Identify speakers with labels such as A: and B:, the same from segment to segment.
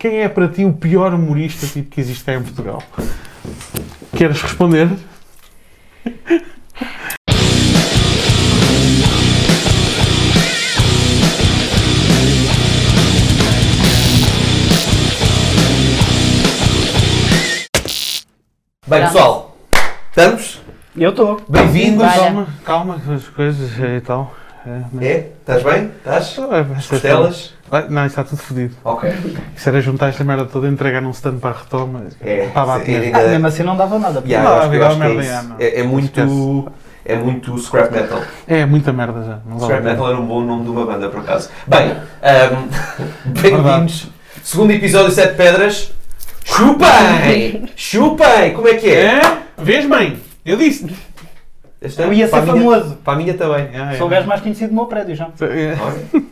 A: Quem é para ti o pior humorista tipo, que existe cá em Portugal? Queres responder?
B: Bem, pessoal, estamos?
C: Eu estou.
B: Bem-vindos.
D: Olha.
A: Calma, calma, com as coisas e tal. É, mas-
B: É? Estás bem? Estás?
A: Ah, mas-
B: É, As costelas?
A: Ah, Não, isso está tudo fodido.
B: Ok.
A: Isso era juntar esta merda toda, entregar num stand para a retoma.
B: É.
A: Para bater.
B: Sim,
C: Ah,
B: ainda-
C: mesmo assim não dava nada.
B: Yeah,
A: Não,
B: eu acho que- eu acho que
A: merda,
B: é,
A: yeah,
B: isso.
A: não.
B: é, é muito. É muito scrap metal.
A: É muita merda já. Não vale a
B: Scrap
A: pena.
B: metal era um bom nome de uma banda, por acaso. Bem, ahm, bem-vindos. Segundo episódio, Sete Pedras. Chupem! Chupem! Como é que é?
A: É? Vês, mãe? Eu disse.
B: Este é
C: Eu ia
B: para
C: ser
B: a minha-
C: famoso.
B: Para a minha também.
A: É, é.
C: Sou o gajo mais conhecido do meu prédio já.
A: É.
B: Olha.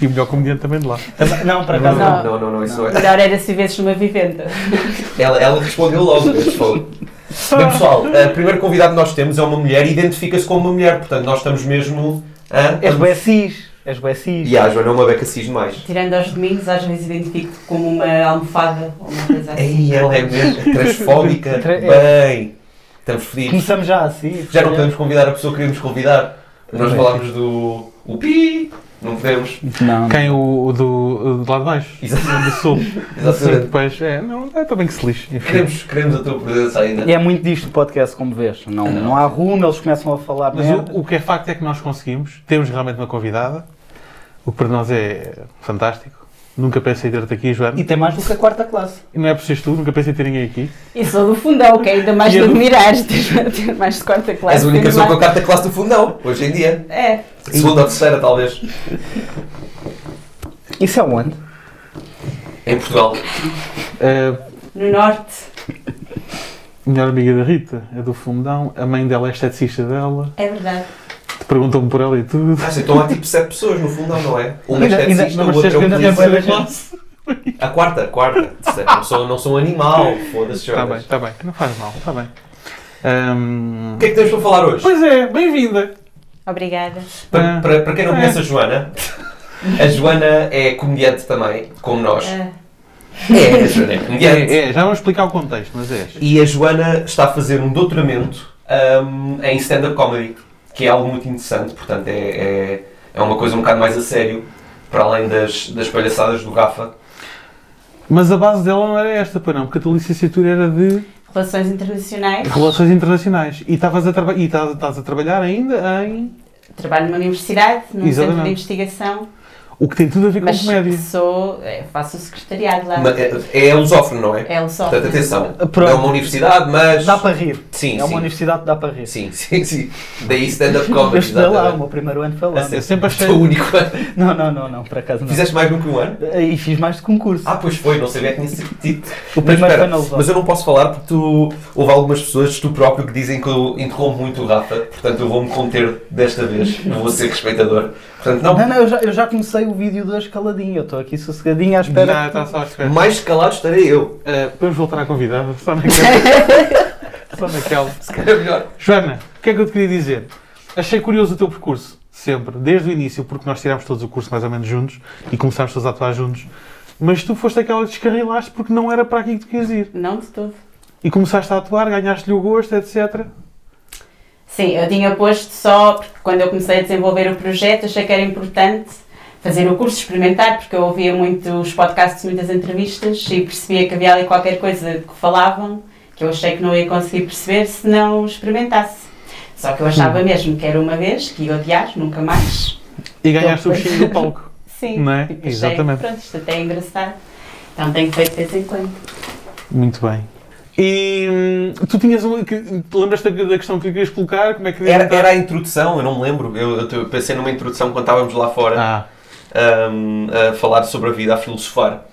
A: E o melhor comediante também de lá.
C: Não, por
B: Não,
C: acaso não.
B: não, não, não, não, isso não é.
D: Melhor era se vesses numa vivenda.
B: Ela, ela respondeu logo, eu respondo. Bem, pessoal, o primeiro convidado que nós temos é uma mulher e identifica-se como uma mulher, portanto, nós estamos mesmo. hã?
C: És É bué cis. És bué cis.
B: E a Joana é uma beca cis demais.
D: Tirando aos domingos, às vezes identifico-te como uma almofada ou uma coisa assim.
B: Ei, ela é mesmo transfóbica.
C: Tra-
B: Bem, estamos fodidos.
C: Começamos já assim.
B: Já não podemos convidar a pessoa que queríamos convidar. Nós
C: Bem.
B: falámos do. o pi. Não podemos.
C: Não.
A: Quem? é O, o do, o do lado de baixo?
B: Exatamente.
A: Do sul. Sim,
B: Exatamente.
A: depois. É, não, é também que se lixe. Enfim.
B: Queremos, queremos a tua presença ainda.
C: E é muito disto o podcast, como vês. Não, não há rumo, eles começam a falar
A: Mas
C: merda.
A: o, o que é facto é que nós conseguimos, temos realmente uma convidada, o que para nós é fantástico. Nunca pensei em ter-te aqui, Joana.
C: E tem mais do que a quarta classe.
A: E não é por seres tu, nunca pensei em ter ninguém aqui.
D: E sou do fundão, que é ainda mais
A: E
D: de
A: eu do-
D: admirar. Tens de ter mais de quarta classe.
B: És a única
D: tens
B: pessoa com a
D: é mais-
B: carta classe do fundo, não. Hoje em dia.
D: É.
B: Segunda ou terceira, talvez.
C: Isso é onde?
B: Em Portugal.
A: A
D: No norte.
A: melhor amiga da Rita é do Fundão, a mãe dela é esteticista dela,
D: É verdade.
A: te perguntam por ela e tudo.
B: Ah, sim, então há tipo 7 pessoas no fundão, não é? Um é
C: Ainda- ainda-
B: esteticista, o
C: mas
B: outro é
C: vocês
B: um
C: ainda têm
B: polícia.
C: bué da gente.
B: A quarta, a quarta. Não sou, não sou um animal, foda-se,
A: Está Tá bem,
B: Jonas.
A: está bem, não faz mal, está bem. Ahm,
B: O que é que temos para falar hoje?
A: Pois é, bem-vinda!
D: Obrigada.
B: Para, para, para quem não
A: É.
B: conhece a Joana, a Joana é comediante também, como nós.
D: Ah,
B: É, a Joana é comediante.
A: É, é, já vamos explicar o contexto, mas é.
B: E a Joana está a fazer um doutoramento hum, em stand-up comedy, que é algo muito interessante, portanto é, é, é uma coisa um bocado mais a sério, para além das, das palhaçadas do Rafa.
A: Mas a base dela não era esta, pois não, porque a tua licenciatura era de
D: Relações internacionais.
A: Relações Internacionais. E estavas a, traba- e estás- estás a trabalhar ainda em.
D: Trabalho numa universidade, num centro
A: Exatamente.
D: de investigação.
A: O que tem tudo a ver com
D: Mas
A: comédia.
D: sou. é, faço o secretariado lá.
B: Mas É, é lusófono, não é?
D: É o só.
B: Portanto, atenção,
C: Pronto.
B: é uma universidade, mas...
C: Dá para rir.
B: Sim,
C: é uma
B: sim.
C: universidade que dá para rir.
B: Sim, sim, sim. Daí stand-up
C: Eu
B: comedy.
C: estudei lá, o
B: exatamente.
C: meu primeiro ano foi
B: A
C: lá.
B: sério,
A: sempre achei-
B: Sou o único ano.
C: Não, não, não, não, por acaso não.
B: Fizeste mais do que um ano?
C: E fiz mais de concurso.
B: Ah, pois foi, não sabia que tinha sido tido.
C: o
B: Mas,
C: primeiro
B: espera,
C: foi na Lusófono.
B: mas eu não posso falar porque tu houve algumas pessoas, tu próprio, que dizem que eu interrompo muito o Rafa, portanto eu vou-me conter desta vez, não vou ser respeitador. Portanto,
C: Não,
B: não,
C: não, eu já, eu já comecei o vídeo de hoje caladinho. Eu estou aqui sossegadinho à espera.
A: Já, está só à espera.
B: mais calado estarei eu.
A: Ah, Podemos voltar à convidada, só naquela. só naquela.
B: Se calhar é melhor.
A: Joana, o que é que eu te queria dizer? Achei curioso o teu percurso, sempre, desde o início, porque nós tirámos todos o curso mais ou menos juntos e começámos todos a atuar juntos. Mas tu foste aquela que descarrilaste porque não era para aqui que tu querias ir.
D: Não de todo.
A: E começaste a atuar, ganhaste-lhe o gosto, etc.
D: Sim, eu tinha posto só, porque quando eu comecei a desenvolver o projeto, achei que era importante fazer o curso, experimentar, porque eu ouvia muitos podcasts, muitas entrevistas e percebia que havia ali qualquer coisa que falavam que eu achei que não ia conseguir perceber se não experimentasse. Só que eu
A: Hum.
D: achava mesmo que era uma vez, que ia odiar, nunca mais.
A: E ganhaste o
D: Então,
A: bichinho do palco.
D: Sim,
A: Não é?
D: tipo, achei,
A: Exatamente.
D: Pronto, isto até é engraçado. Então tenho que fazer de vez em quando.
A: Muito bem. E hum, tu tinhas um. que- Lembras-te da da questão que lhe querias colocar? Como é que
B: Era, era a introdução, eu não me lembro, eu, eu pensei numa introdução quando estávamos lá fora
A: Ah,
B: hum, a falar sobre a vida, a filosofar.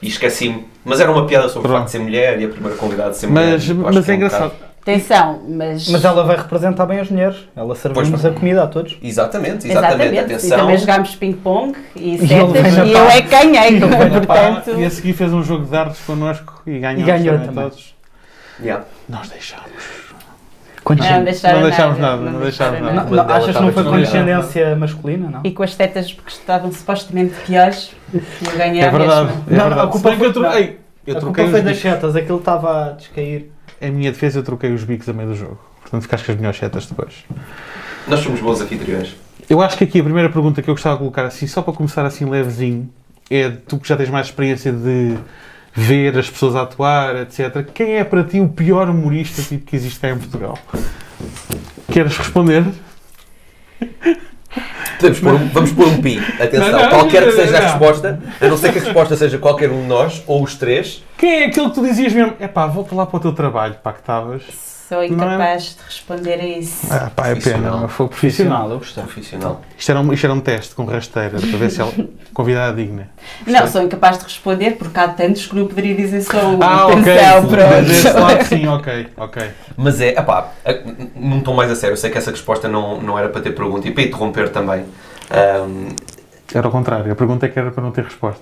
B: E esqueci-me. Mas era uma piada sobre o
A: Pronto.
B: facto de ser mulher e a primeira convidada de ser mulher.
A: mas,
B: Eu acho
A: mas
B: que
A: é
B: um
A: engraçado.
B: bocado-
D: Atenção, mas.
C: Mas ela vai representar bem as mulheres. Ela serviu-nos
B: Pois.
C: a comida a todos.
B: Exatamente, exatamente,
D: E
B: atenção.
D: também jogámos ping-pong e
C: E ele
D: setas
C: ganha
D: e eu
C: pá.
D: é que ganhei,
C: Ele ganha
D: portanto.
A: E a seguir fez um jogo de dardos connosco e ganhou,
C: E ganhou
A: também
C: também.
A: todos.
B: Yeah.
A: Nós deixámos.
B: Ah,
D: Não
C: Condescendência.
D: deixaram
A: Não deixámos
D: nada,
A: nada, não deixámos
D: deixaram
A: nada.
C: Não,
B: Mas
C: não,
B: ela
C: achas que
B: estava
C: não foi
B: desconfiada.
C: condescendência masculina, não?
D: E com as tetas que estavam supostamente piores, eu ganhei
A: É
D: a
A: verdade,
D: mesma.
A: é
C: Não,
A: verdade.
C: a culpa
A: Se bem que
C: foi-
A: eu troquei. Eu
C: a
A: troquei
C: culpa
A: os
C: foi das
A: bicos.
C: setas, aquilo estava a descair.
A: Em minha defesa, eu troquei os bicos a meio do jogo. Portanto, ficaste com as melhores setas depois.
B: Nós somos bons anfitriões.
A: Eu acho que aqui a primeira pergunta que eu gostava de colocar, assim, só para começar assim levezinho, é tu que já tens mais experiência de ver as pessoas atuar, etc. Quem é para ti o pior humorista tipo, que existe cá em Portugal? Queres responder?
E: Podemos pôr um- vamos pôr um pi. Atenção,
A: Não, não,
E: qualquer que
A: não,
E: seja a
A: não.
E: resposta, a não ser que a resposta seja qualquer um de nós, ou os três,
A: Quem é aquele que tu dizias mesmo? É pá, volta lá para o teu trabalho, pá, que estavas.
D: Sou incapaz de responder a isso.
A: Ah, pá, é pena,
B: Profissional.
A: mas foi profissional.
C: eu gostei.
B: é Profissional.
A: Isto era, um, isto era um teste com rasteira, para ver se ela convidada digna.
D: Não, sou incapaz de responder porque há tantos que não poderia dizer só um.
A: Ah,
B: Então,
A: ok.
D: Atenção,
A: Desse
D: pronto.
A: lado, sim, ok, ok.
B: Mas é, epá, a- n- num tom mais a sério, eu sei que essa resposta não, não era para ter pergunta e para interromper também. Um, Ahm,
A: Era o contrário, a pergunta é que era para não ter resposta.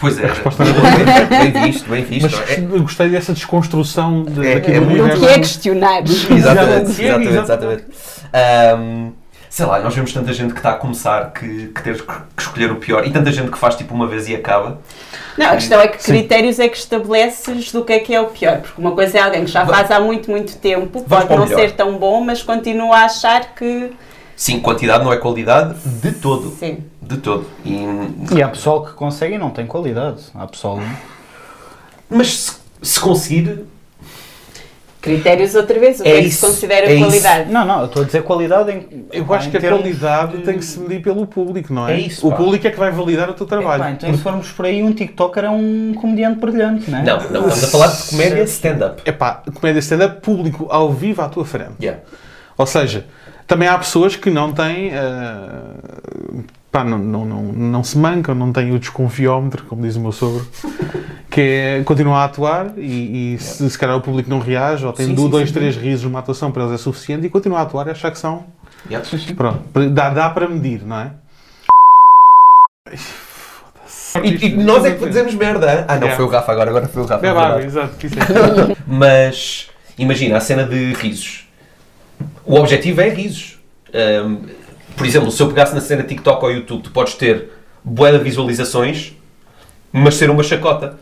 B: pois é.
A: resposta
B: bem, bem visto, bem visto.
A: Mas
B: É-
A: eu gostei dessa desconstrução de,
B: É-
A: daquele
B: é muito-
D: O
A: universo.
D: que é questionar?
E: Exatamente,
A: Exatamente.
E: exatamente, exatamente.
B: Ahm, sei lá, nós vemos tanta gente que está a começar que, que teres que que escolher o pior e tanta gente que faz tipo uma vez e acaba.
D: Não, a questão é que
A: Sim.
D: critérios é que estabeleces do que é que é o pior, porque uma coisa é alguém que já
B: Va-
D: faz há muito, muito tempo,
B: Vamos
D: pode
B: para o
D: não
B: melhor.
D: ser tão bom, mas continua a achar que
B: Sim, quantidade não é qualidade de todo.
D: sim.
B: De todo. E,
C: E há pessoal que consegue e não tem qualidade. Há pessoal.
B: mas se, se conseguir,
D: Critérios outra vez, o que
B: É
D: é, que se
B: isso,
D: considera
B: é isso.
D: qualidade?
C: Não, não, eu estou a dizer qualidade em.
A: Eu acho que a qualidade tem que se medir pelo público, não é?
B: É isso,
A: o
B: pá.
A: público é que vai validar o teu trabalho.
C: Bem, então se formos por aí, um TikToker é um comediante brilhante, não é?
B: não, não, estamos a falar de comédia stand-up.
A: É pá, comédia stand-up público ao vivo à tua frente.
B: Yeah.
A: Ou seja, também há pessoas que não têm. ah, pá, não, não, não, não se mancam, não têm o desconfiómetro, como diz o meu sogro, que é continuar a atuar e, e se, se calhar o público não reage ou tem
B: Sim,
A: do-
B: sim,
A: dois,
B: sim,
A: três risos numa atuação para eles é suficiente e continuar a atuar e achar que são.
B: Yeah.
A: Pronto, dá, dá para medir, não é?
B: E, e nós é que dizemos merda. hein? Ah, não,
A: Yeah.
B: foi o Rafa agora, agora foi o Rafa.
A: Bebe
B: verdade.
A: água, exato, que isso é.
B: Mas imagina a cena de risos. O objetivo é risos. Ahm, por exemplo, se eu pegasse na cena TikTok ou YouTube, tu podes ter boa de visualizações, mas ser uma chacota.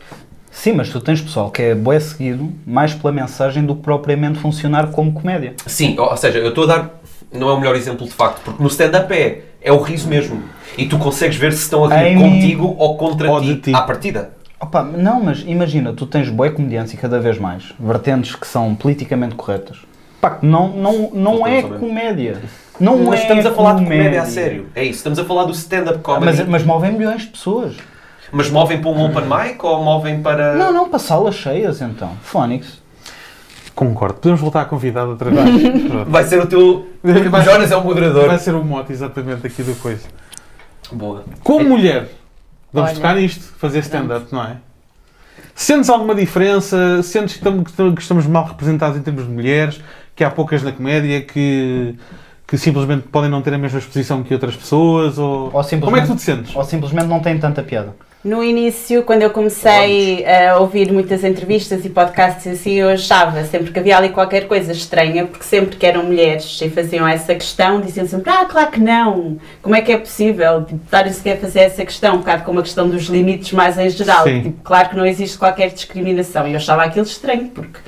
C: Sim, mas tu tens pessoal que é boé seguido mais pela mensagem do que propriamente funcionar como comédia.
B: Sim, ou ou seja, eu estou a dar. Não é o melhor exemplo de facto, porque no stand-up é, é o riso mesmo. E tu consegues ver se estão a rir
C: Amy-
B: contigo ou contra
A: Ou
B: ti,
A: de ti.
B: à partida.
C: Opa, não, mas imagina, tu tens boé comediantes e cada vez mais vertentes que são politicamente corretas. Pá, que não, não, não é
B: Voltamos a ver.
C: comédia. Não
B: mas
C: é
B: estamos a falar de comédia a sério. É isso, estamos a falar do stand-up comedy.
C: Mas, é,
B: Mas,
C: mas movem milhões de pessoas.
B: movem para um open mic ou movem para.
C: Não, não, para salas cheias então. Fónix.
A: Concordo, podemos voltar a convidado outra vez. Pronto.
B: Vai ser o teu. O Jonas é o moderador.
A: Vai ser o mote exatamente aqui da coisa.
B: Boa.
C: É.
A: Como mulher, vamos
D: Olha.
A: tocar nisto, fazer stand-up, não é? Sentes alguma diferença? Sentes que estamos, que estamos mal representados em termos de mulheres? Que há poucas na comédia que, que simplesmente podem não ter a mesma exposição que outras pessoas? Ou,
C: Ou simplesmente-
A: Como é que tu te sentes?
C: Ou simplesmente não tem tanta piada.
D: No início, quando eu comecei eh, a ouvir muitas entrevistas e podcasts e assim, eu achava sempre que havia ali qualquer coisa estranha, porque sempre que eram mulheres e faziam essa questão, diziam sempre, ah, claro que não, como é que é possível tipo, estarem sequer a fazer essa questão, um bocado como a questão dos limites mais em geral,
A: Sim.
D: tipo, claro que não existe qualquer discriminação, e eu achava aquilo estranho, porque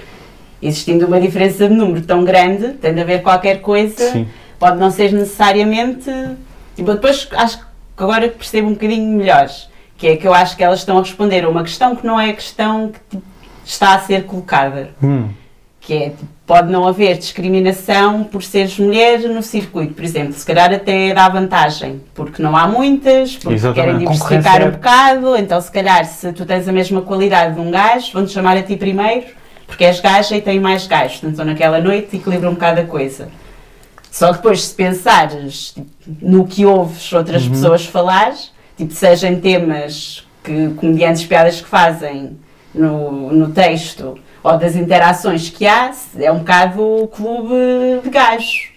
D: existindo uma diferença de número tão grande, tem de haver qualquer coisa pode não ser necessariamente. Tipo, depois acho que agora percebo um bocadinho melhor, que é que eu acho que elas estão a responder a uma questão que não é a questão que tipo, está a ser colocada.
A: Hum.
D: Que é, tipo, pode não haver discriminação por seres mulher no circuito, por exemplo. Se calhar até dá vantagem, porque não há muitas, porque
A: Exatamente.
D: querem diversificar
C: Concorrência é-
D: um bocado. Então, se calhar, se tu tens a mesma qualidade de um gajo, vão-te chamar a ti primeiro, porque és gaja e tem mais gajos. Então, naquela noite, equilibra um bocado a coisa. Só que depois, se pensares tipo, no que ouves outras
C: Uhum.
D: pessoas falar, tipo, seja em temas que comediantes piadas que fazem no, no texto ou das interações que há, é um bocado o clube de gajos.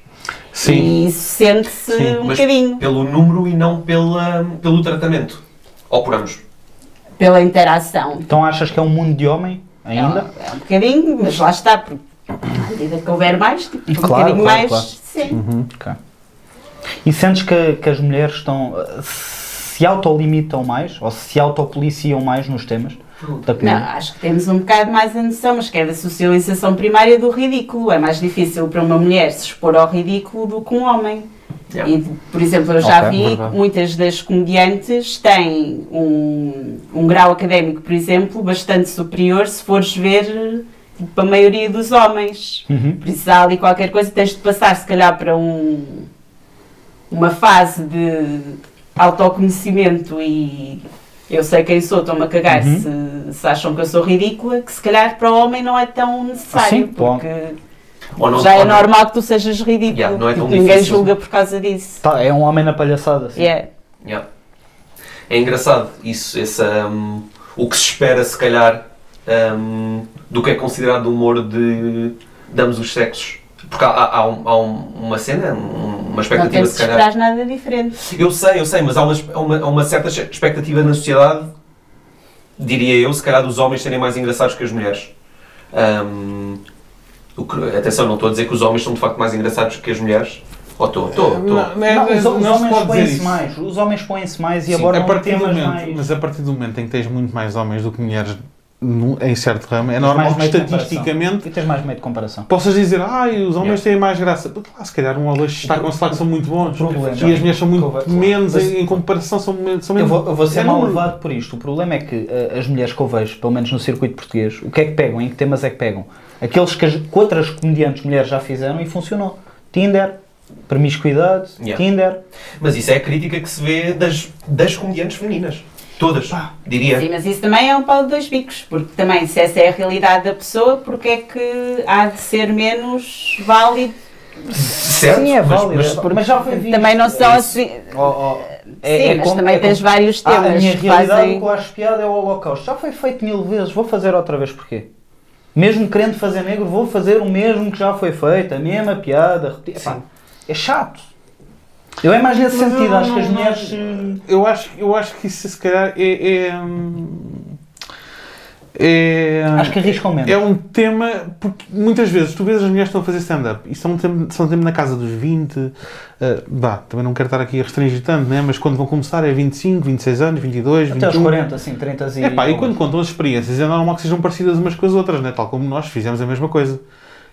A: Sim.
D: E isso sente-se
A: Sim,
D: um
B: mas-
D: bocadinho
B: Pelo número e não pela, pelo tratamento. Ou por ambos.
D: pela interação.
C: Então achas que é um mundo de homem ainda?
D: É, um- é um bocadinho, mas lá está, porque À medida que houver mais, tipo, um
C: Claro,
D: bocadinho
C: claro,
D: mais.
C: claro.
D: Sim.
C: Uhum,
B: Ah.
C: Ok. E sentes que, que as mulheres estão eh, se autolimitam mais ou se autopoliciam mais nos temas da
D: Não,
C: comunidade?
D: acho que temos um bocado mais a noção, mas que é da socialização primária do ridículo. É mais difícil para uma mulher se expor ao ridículo do que um homem.
B: Yeah.
D: E, por exemplo, eu já
C: Ok,
D: vi
C: verdade.
D: muitas das comediantes têm um, um grau académico, por exemplo, bastante superior se fores ver tipo, para a maioria dos homens.
C: Uhum.
D: Por isso há ali qualquer coisa, tens de passar se calhar para um, uma fase de autoconhecimento e eu sei quem sou, estou-me a cagar
C: Uhum.
D: se, se acham que eu sou ridícula, que se calhar para o homem não é tão necessário,
C: Ah, sim, bom.
D: porque
B: Ou não-
D: já
B: ou
D: é
B: não.
D: normal que tu sejas ridículo,
B: Yeah, não é tão
D: Tipo, ninguém
B: difícil.
D: julga por causa disso.
C: Tá, é um homem na palhaçada. assim.
D: Yeah.
B: Yeah. É engraçado isso, essa, hum, o que se espera, se calhar, hum, do que é considerado humor de, de ambos os sexos. Porque há, há- há um- há um- uma cena, um- uma
D: Não
B: expectativa,
D: tens de
B: se calhar.
D: esperar nada diferente.
B: Eu sei, eu sei, mas há uma, há uma- há uma certa expectativa na sociedade, diria eu, se calhar, dos homens serem mais engraçados que as mulheres. Hum, o que- atenção, não estou a dizer que os homens são de facto mais engraçados que as mulheres. Ou estou, estou, estou.
A: Não, não é-
C: Não, os,
A: não
C: os
A: se
C: homens
A: pode dizer
C: põem-se
A: isso.
C: mais, os homens põem-se mais e
B: Sim,
A: A
C: abordam
A: partir do
C: temas
A: momento-
C: mais...
A: Mas é a partir do momento em que tens muito mais homens do que mulheres no- em certo ramo, é
C: Tens mais
A: normal que
C: meio de comparação.
A: estatisticamente
C: E tens mais meio de comparação.
A: possas dizer, ai, os homens têm mais graça. Porque lá, se calhar um ou dois destacam-se lá que são muito bons.
C: O problema-
A: E as mulheres são muito
C: Conversa.
A: menos,
C: Mas-
A: em, em comparação, são, men- são
C: Eu
A: menos.
C: vou, eu vou ser
A: é
C: mal
A: número.
C: levado por isto. O problema é que eh, as mulheres que eu vejo, pelo menos no circuito português, o que é que pegam? Em que temas é que pegam? Aqueles que, as, que outras comediantes mulheres já fizeram e funcionou. Tinder, promiscuidade,
B: Yeah.
C: Tinder.
B: Mas isso é a crítica que se vê das, das comediantes femininas. Todas, diria.
D: Sim, mas isso também é um pau de dois bicos, porque também se essa é a realidade da pessoa, porque é que há de ser menos válido?
B: Certo?
C: Sim, é
B: mas-
C: válido. Mas,
B: mas-
C: já foi visto.
D: Também não
A: É
D: são assim.
C: Oh, oh,
D: Sim, mas também tens vários
C: Ah, a
D: temas
C: minha
D: que
C: realidade,
D: fazem.
C: o que eu acho piada é o holocausto. Já foi feito mil vezes, vou fazer outra vez porquê? Mesmo querendo fazer negro, vou fazer o mesmo que já foi feito, a mesma piada, repetir. Epá, é chato. Eu é mais nesse
A: Mas
C: sentido,
A: eu
C: acho que as
A: não- não
C: mulheres. eh,
A: Eu acho, eu acho que isso, se calhar, é. é, hum, é-
C: Acho que arriscam menos.
A: É um tema, porque muitas vezes tu vês as mulheres que estão a fazer stand-up e são tempo, são tempo na casa dos 20, eh, vá, também não quero estar aqui a restringir tanto, né? mas quando vão começar é 25, 26 anos, 22,
C: Até aos
A: 21.
C: 40, assim, 30 e.
A: Epá, e quando contam as experiências é normal que sejam parecidas umas com as outras, né? tal como nós fizemos a mesma coisa.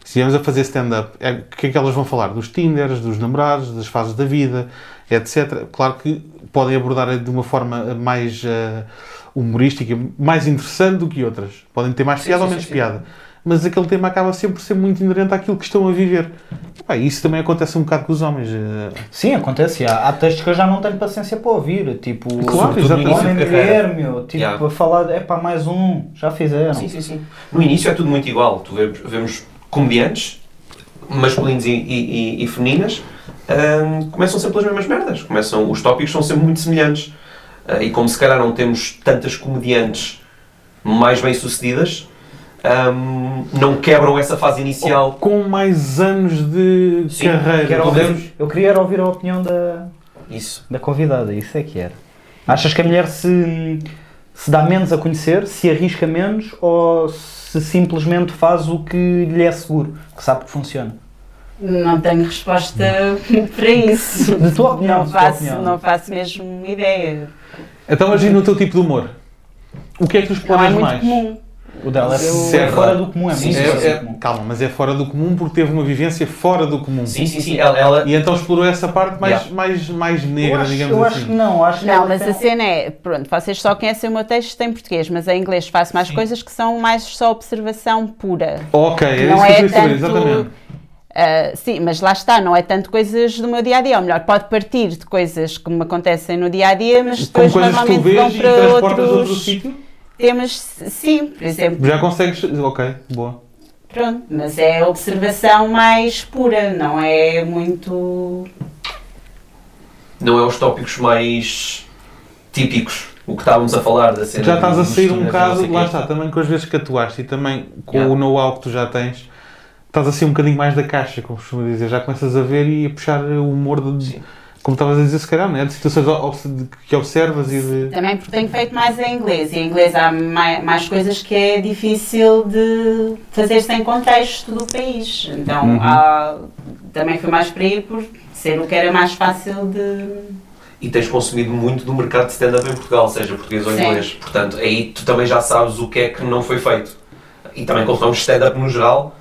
A: Se viemos a fazer stand-up, é, o que é que elas vão falar? Dos Tinders, dos namorados, das fases da vida, etc. Claro que podem abordar de uma forma mais eh, humorística, mais interessante do que outras. Podem ter mais piada ou
B: sim,
A: menos
B: sim, sim.
A: piada. Mas aquele tema acaba sempre por ser muito inerente àquilo que estão a viver. Epá, e isso também acontece um bocado com os homens. eh,
C: Sim, acontece. Há, há textos que eu já não tenho paciência para ouvir. Tipo,
A: Claro,
C: o
A: exatamente.
C: homem de Guilherme, tipo,
B: Yeah.
C: a falar, é pá, mais um, já fizeram.
B: Sim, sim, sim. No início é tudo muito igual. Tu vemos, vemos comediantes, masculinos e, e- e- e femininas, hum, começam sempre pelas mesmas merdas. Começam, os tópicos são sempre muito semelhantes. Ah, e como se calhar não temos tantas comediantes mais bem-sucedidas, hum, não quebram essa fase inicial.
A: com mais anos de
B: Sim,
A: carreira.
C: Quero
B: Podemos-
C: ouvir, eu queria era ouvir a opinião da,
B: Isso.
C: Da convidada, isso é que era. Achas que a mulher se, se dá menos a conhecer, se arrisca menos ou se simplesmente faz o que lhe é seguro, que sabe que funciona?
D: Não tenho resposta para isso.
C: De tua opinião,
D: não,
C: de tua
D: faço,
C: opinião.
D: não faço mesmo ideia.
A: Então imagina o teu tipo de humor. O que é que tu
D: Não é
A: exploras
D: muito
A: mais?
D: comum.
C: O dela é,
A: Eu-
C: é fora do comum, é
B: Sim,
C: muito
B: sim,
C: fora
B: sim.
C: do comum.
A: Calma, mas é fora do comum porque teve uma vivência fora do comum.
B: Sim, sim, sim. Ela, ela-
A: E então explorou essa parte mais,
B: Yeah.
A: mais, mais
C: Eu,
A: negra,
C: acho,
A: digamos
C: eu
A: assim.
C: acho que não, acho que
D: Não,
C: ela
D: mas
C: tem- um
D: a cena é, pronto, vocês só conhecem o meu texto em português, mas em inglês faço mais coisas que são mais só observação pura.
A: Ok, é
D: não
A: isso que eu
D: é
A: queria saber,
D: tanto.
A: exatamente.
D: Ah, sim, mas lá está, não é tanto coisas do meu dia a dia, ou melhor, pode partir de coisas que me acontecem no dia a dia,
A: Como
D: mas depois
A: coisas que tu
D: normalmente
A: vês
D: vão
A: e
D: para
A: transportas a outro
D: outros
A: sítio,
D: temas, sim, por exemplo,
A: já consegues. Ok, boa.
D: pronto, mas é observação mais pura, não é muito
B: não é os tópicos mais típicos, o que estávamos a falar da cena.
A: Já estás a
B: dos
A: sair um
B: Tinder, não sei
A: bocado,
B: quê.
A: lá está, também com as vezes que atuaste e também com
B: Yeah.
A: o know-how que tu já tens, assim estás a sair um bocadinho mais da caixa, como costuma dizer. Já começas a ver e a puxar o humor de, como estavas a dizer, se calhar, não é? De situações obs- de- que observas e de.
D: Também porque tenho feito mais em inglês. E em inglês há mai- mais coisas que é difícil de fazer sem contexto do país. Então
A: Uhum.
D: há- também fui mais para aí por ser o que era mais fácil de.
B: E tens consumido muito do mercado de stand-up em Portugal, seja português ou
D: Sim.
B: inglês. Portanto, aí tu também já sabes o que é que não foi feito. E também consumimos stand-up no geral.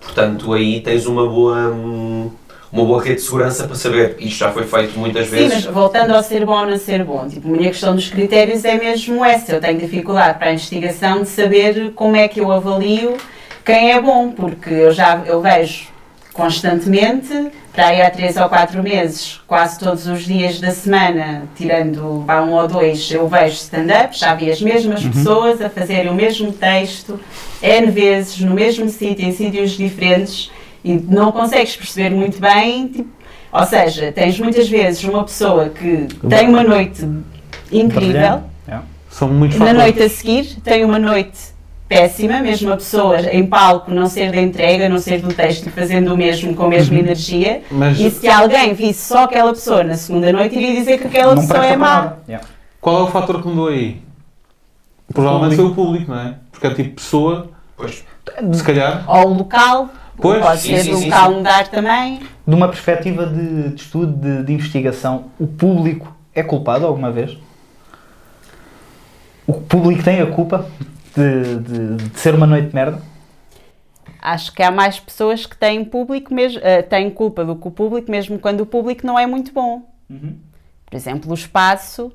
B: Portanto, aí tens uma boa, hum, uma boa rede de segurança para saber. Isto já foi feito muitas
D: Sim,
B: vezes.
D: mas voltando ao ser bom ou não ser bom, tipo, a minha questão dos critérios é mesmo essa. Eu tenho dificuldade para a investigação de saber como é que eu avalio quem é bom, porque eu já eu vejo constantemente, para aí há três ou quatro meses, quase todos os dias da semana, tirando pá, um ou dois, eu vejo stand-up, já vi as
B: Uhum.
D: mesmas pessoas a fazerem o mesmo texto, N vezes, no mesmo sítio, em sítios diferentes, e não consegues perceber muito bem, tipo, ou seja, tens muitas vezes uma pessoa que tem uma noite é incrível,
C: é.
A: São muitos
D: na
A: fatores.
D: noite a seguir tem uma noite péssima, mesmo a pessoa em palco não ser da entrega, não ser do texto e fazendo o mesmo com a mesma energia.
A: Mas
D: E se alguém visse só aquela pessoa na segunda noite, iria dizer que aquela
C: Não
D: pessoa
C: presta
D: é
C: para
D: má.
C: nada. Yeah.
A: qual é o fator que mudou aí? Provavelmente foi o público, não é? Porque é tipo pessoa,
B: Pois.
A: se calhar.
D: Ou o local,
A: Pois,
D: pode
B: sim,
D: ser
B: sim,
D: o
B: sim,
D: local
B: sim.
D: mudar também.
C: De uma perspectiva de, de estudo, de, de investigação, o público é culpado alguma vez? O público tem a culpa de, de- de ser uma noite de merda?
D: Acho que há mais pessoas que têm, público mesmo, eh, têm culpa do que o público, mesmo quando o público não é muito bom. Por exemplo, o espaço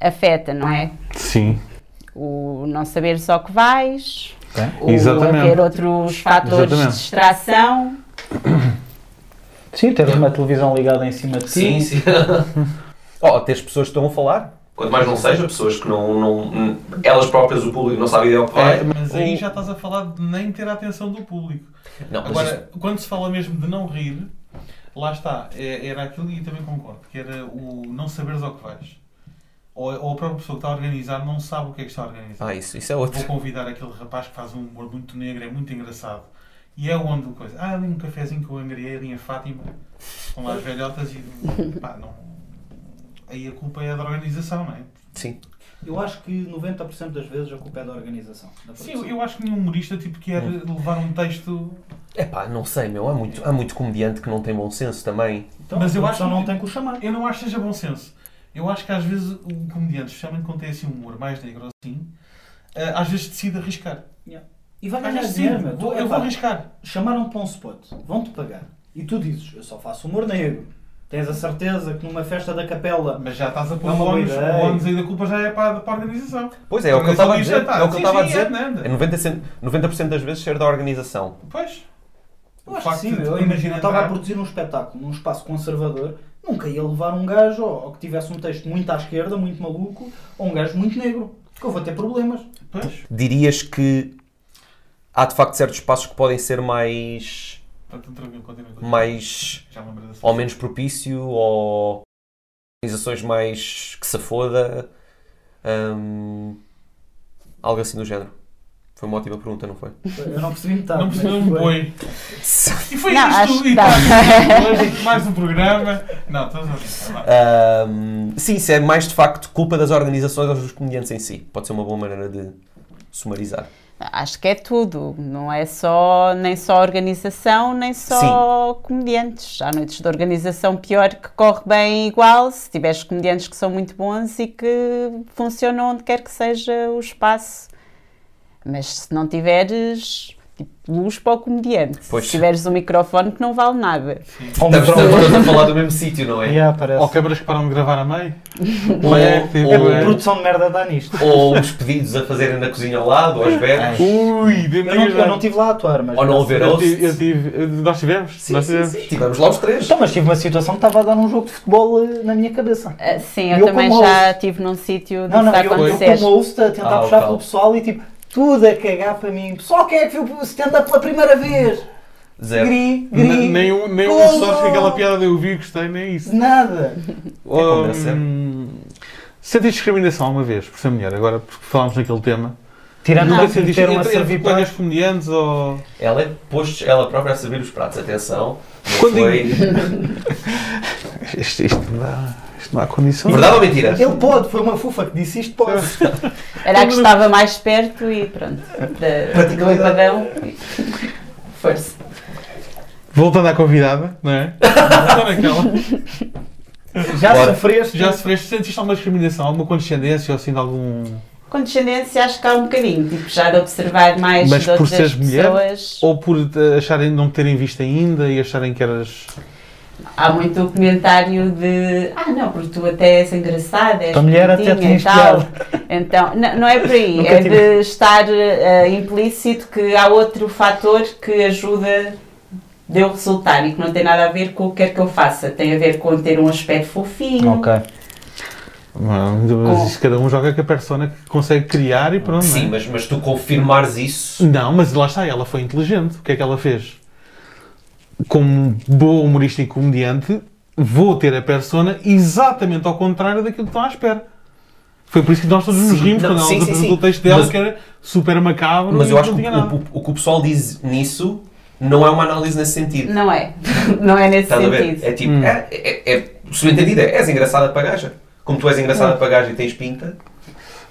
D: afeta, não é?
A: Sim.
D: O não saber só que vais,
C: Ok.
D: o
A: Exatamente.
D: haver outros fatores
A: Exatamente.
D: de distração.
C: Sim, ter uma televisão ligada em cima de ti.
B: Sim, sim.
E: Oh, tens pessoas que estão a falar.
B: Quanto mais não seja, pessoas que não. não elas próprias, o público, não sabe a ideia ao que vai.
A: É, mas aí
B: Ou-
A: já estás a falar de nem ter a atenção do público.
B: Não, mas isto-
A: Agora, quando se fala mesmo de não rir, lá está, é- era aquilo e também concordo, que era o não saberes ao que vais. Ou, ou a própria pessoa que está a organizar não sabe o que é que está a organizar.
E: Ah, isso, isso é
A: Vou
E: outro.
A: convidar aquele rapaz que faz um humor muito negro, é muito engraçado. E é onde o coisa. Ah, ali um cafezinho que eu angriei ali em Fátima, com lá as velhotas e. pá, não. Aí a culpa é da organização, não é?
E: Sim.
C: Eu acho que 90% das vezes a culpa é da organização.
A: Sim, eu- eu acho que nenhum humorista tipo, quer
B: Hum.
A: levar um texto
E: É pá, não sei, meu. Há muito, há muito comediante que não tem bom senso também.
C: Então,
A: Mas eu
C: a
A: acho
C: pessoa
A: que-
C: não tem que o chamar.
A: Eu não acho que seja bom senso. Eu acho que às vezes o comediante, especialmente quando tem assim um humor mais negro ou assim, eh, às vezes decide arriscar.
C: E vai
A: Às
C: ganhar
A: vezes
C: é dinheiro, é
A: decide,
C: meu. Tu-
A: vou- eu vou
C: Ah, epá,
A: arriscar.
C: Chamaram-te para um spot, vão-te pagar. E tu dizes, eu só faço humor negro. Tens a certeza que numa festa da capela
A: Mas já estás a pôr
C: Não é uma
A: o
C: boa
A: ónus,
C: ideia.
A: o ónus aí da culpa já é para, para a organização.
E: Pois é, é o que eu estava a dizer. É o que eu
A: Sim,
E: estava a
A: sim,
E: dizer.
A: é, nada.
E: É 90%, 90 das vezes ser da organização.
A: Pois.
C: Eu
A: O
C: acho que
A: facto
C: sim,
A: de
C: meu.
A: tu
C: Eu imagino, eu estava a
A: entrar-
C: produzir um espetáculo num espaço conservador, nunca ia levar um gajo ou, ou que tivesse um texto muito à esquerda, muito maluco, ou um gajo muito negro, porque eu vou ter problemas.
A: Pois.
E: Dirias que há de facto certos espaços que podem ser mais.
A: Portanto, tranquilo, continua, continua.
E: mais.
A: Já me lembrei dessa-
E: ou menos propício, ou organizações mais que se foda. hum, algo assim do género. Foi uma ótima pergunta, não foi?
C: Eu não percebi metade.
A: Não precisa de um
C: mas-
A: boi. E foi
D: Não, acho
A: isto.
D: que tá.
A: E
D: dá.
A: mais, mais um programa. Não, estás a brincar. vá.
E: Ahm, sim, isso é mais de facto culpa das organizações ou dos comediantes em si. Pode ser uma boa maneira de sumarizar.
D: Acho que é tudo, não é só nem só organização, nem só comediantes. Há noites de organização pior que corre bem igual, se tiveres comediantes que são muito bons e que funcionam onde quer que seja o espaço. Mas se não tiveres tipo, luz para o comediante,
E: Pois.
D: se tiveres um microfone que não vale nada.
C: Ou um
B: Estamos,
C: drone.
B: estamos todos a falar do mesmo sítio, não é?
C: Yeah, parece.
A: Ou quebras que param de gravar a meio?
E: Ou-
A: é, tipo,
E: ou-
A: é.
C: Produção de merda dá nisto.
B: um Ou os pedidos a fazerem na cozinha ao lado, ou às berros.
A: Ui,
C: Eu não, eu não estive lá a atuar, mas.
B: Ou não haver
A: Eu
B: host.
A: tive, eu é. tive- eu- nós tivemos?
E: Sim,
A: nós
E: sim,
A: tivemos.
E: sim. Tivemos lá os três.
C: Então, mas tive uma situação que estava a dar um jogo de futebol eh, na minha cabeça.
D: Ah, sim,
C: E
D: eu,
C: eu
D: também
C: como
D: já estive num sítio de
C: Não, não,
D: está a
C: eu, eu
D: acontecer.
C: como host a tentar
E: Ah,
C: puxar
E: ok.
C: pelo pessoal e tipo, tudo a cagar para mim. Pessoal, quem é que viu stand-up pela primeira vez?
E: Zero.
A: Ne-
C: Gri, gri.
A: Nem um, nem um
C: Golo!
A: só que aquela piada de eu vi, gostei, nem isso.
C: De nada.
E: como deve ser.
A: Hum, sentiste discriminação alguma vez por ser mulher? Agora, porque falámos naquele tema.
C: Tirando
A: Nunca
C: o que
A: sentiste
C: meteram a
A: entre-
C: servir
A: entre
C: para.
A: colegas comediantes ou.
B: Ela é posto ela própria a servir os pratos, atenção. Não
A: Quando
B: foi.
A: Isto, isto não dá, isto não há condições.
B: Verdade ou mentira?
C: Ele pode, foi uma fufa que disse isto, pode.
D: Era a que estava mais perto e pronto. Da, do empadão. Força.
A: Voltando à convidada, não é? Voltando àquela.
C: Já
B: Bora.
C: sofreste.
A: Já sofreste, sentiste alguma discriminação, alguma condescendência ou assim de algum.
D: Condescendência acho que há um bocadinho, tipo, já de observar mais
A: Mas
D: de
A: por
D: outras
A: seres mulher?
D: pessoas.
A: Ou por eh, acharem não te terem visto ainda e acharem que eras.
D: Há muito comentário de ah não, porque tu até és engraçada, és
C: A mulher até
D: bonitinha
C: tinha
D: e tal. Então, não, não é por aí,
C: Nunca
D: é
C: tive.
D: de estar eh, implícito que há outro fator que ajuda de eu resultar e que não tem nada a ver com o que quer que eu faça. Tem a ver com ter um aspecto fofinho,
C: Ok.
A: Mas isso cada um joga com a persona que consegue criar e pronto.
B: Sim,
A: não, é?
B: mas, mas tu confirmares isso.
A: não, mas lá está, ela foi inteligente. O que é que ela fez? Como boa humorista e comediante, vou ter a persona exatamente ao contrário daquilo que estão à espera. Foi por isso que nós todos nos
B: Sim,
A: rimos
B: não,
A: quando ela
B: sim,
A: nos
B: sim,
A: apresentou o
B: sim.
A: texto dela,
B: Mas-
A: que era super macabro.
B: Mas
A: e
B: eu acho
A: não
B: que
A: tinha
B: o,
A: nada.
B: o- o que o pessoal diz nisso não é uma análise nesse sentido.
D: não é? Não é nesse
B: Estás a ver?
D: sentido.
B: É tipo,
A: Hum.
B: é, é, é, subentendida, és engraçada para gaja. Como tu és
A: Hum.
B: engraçada para gaja e tens pinta,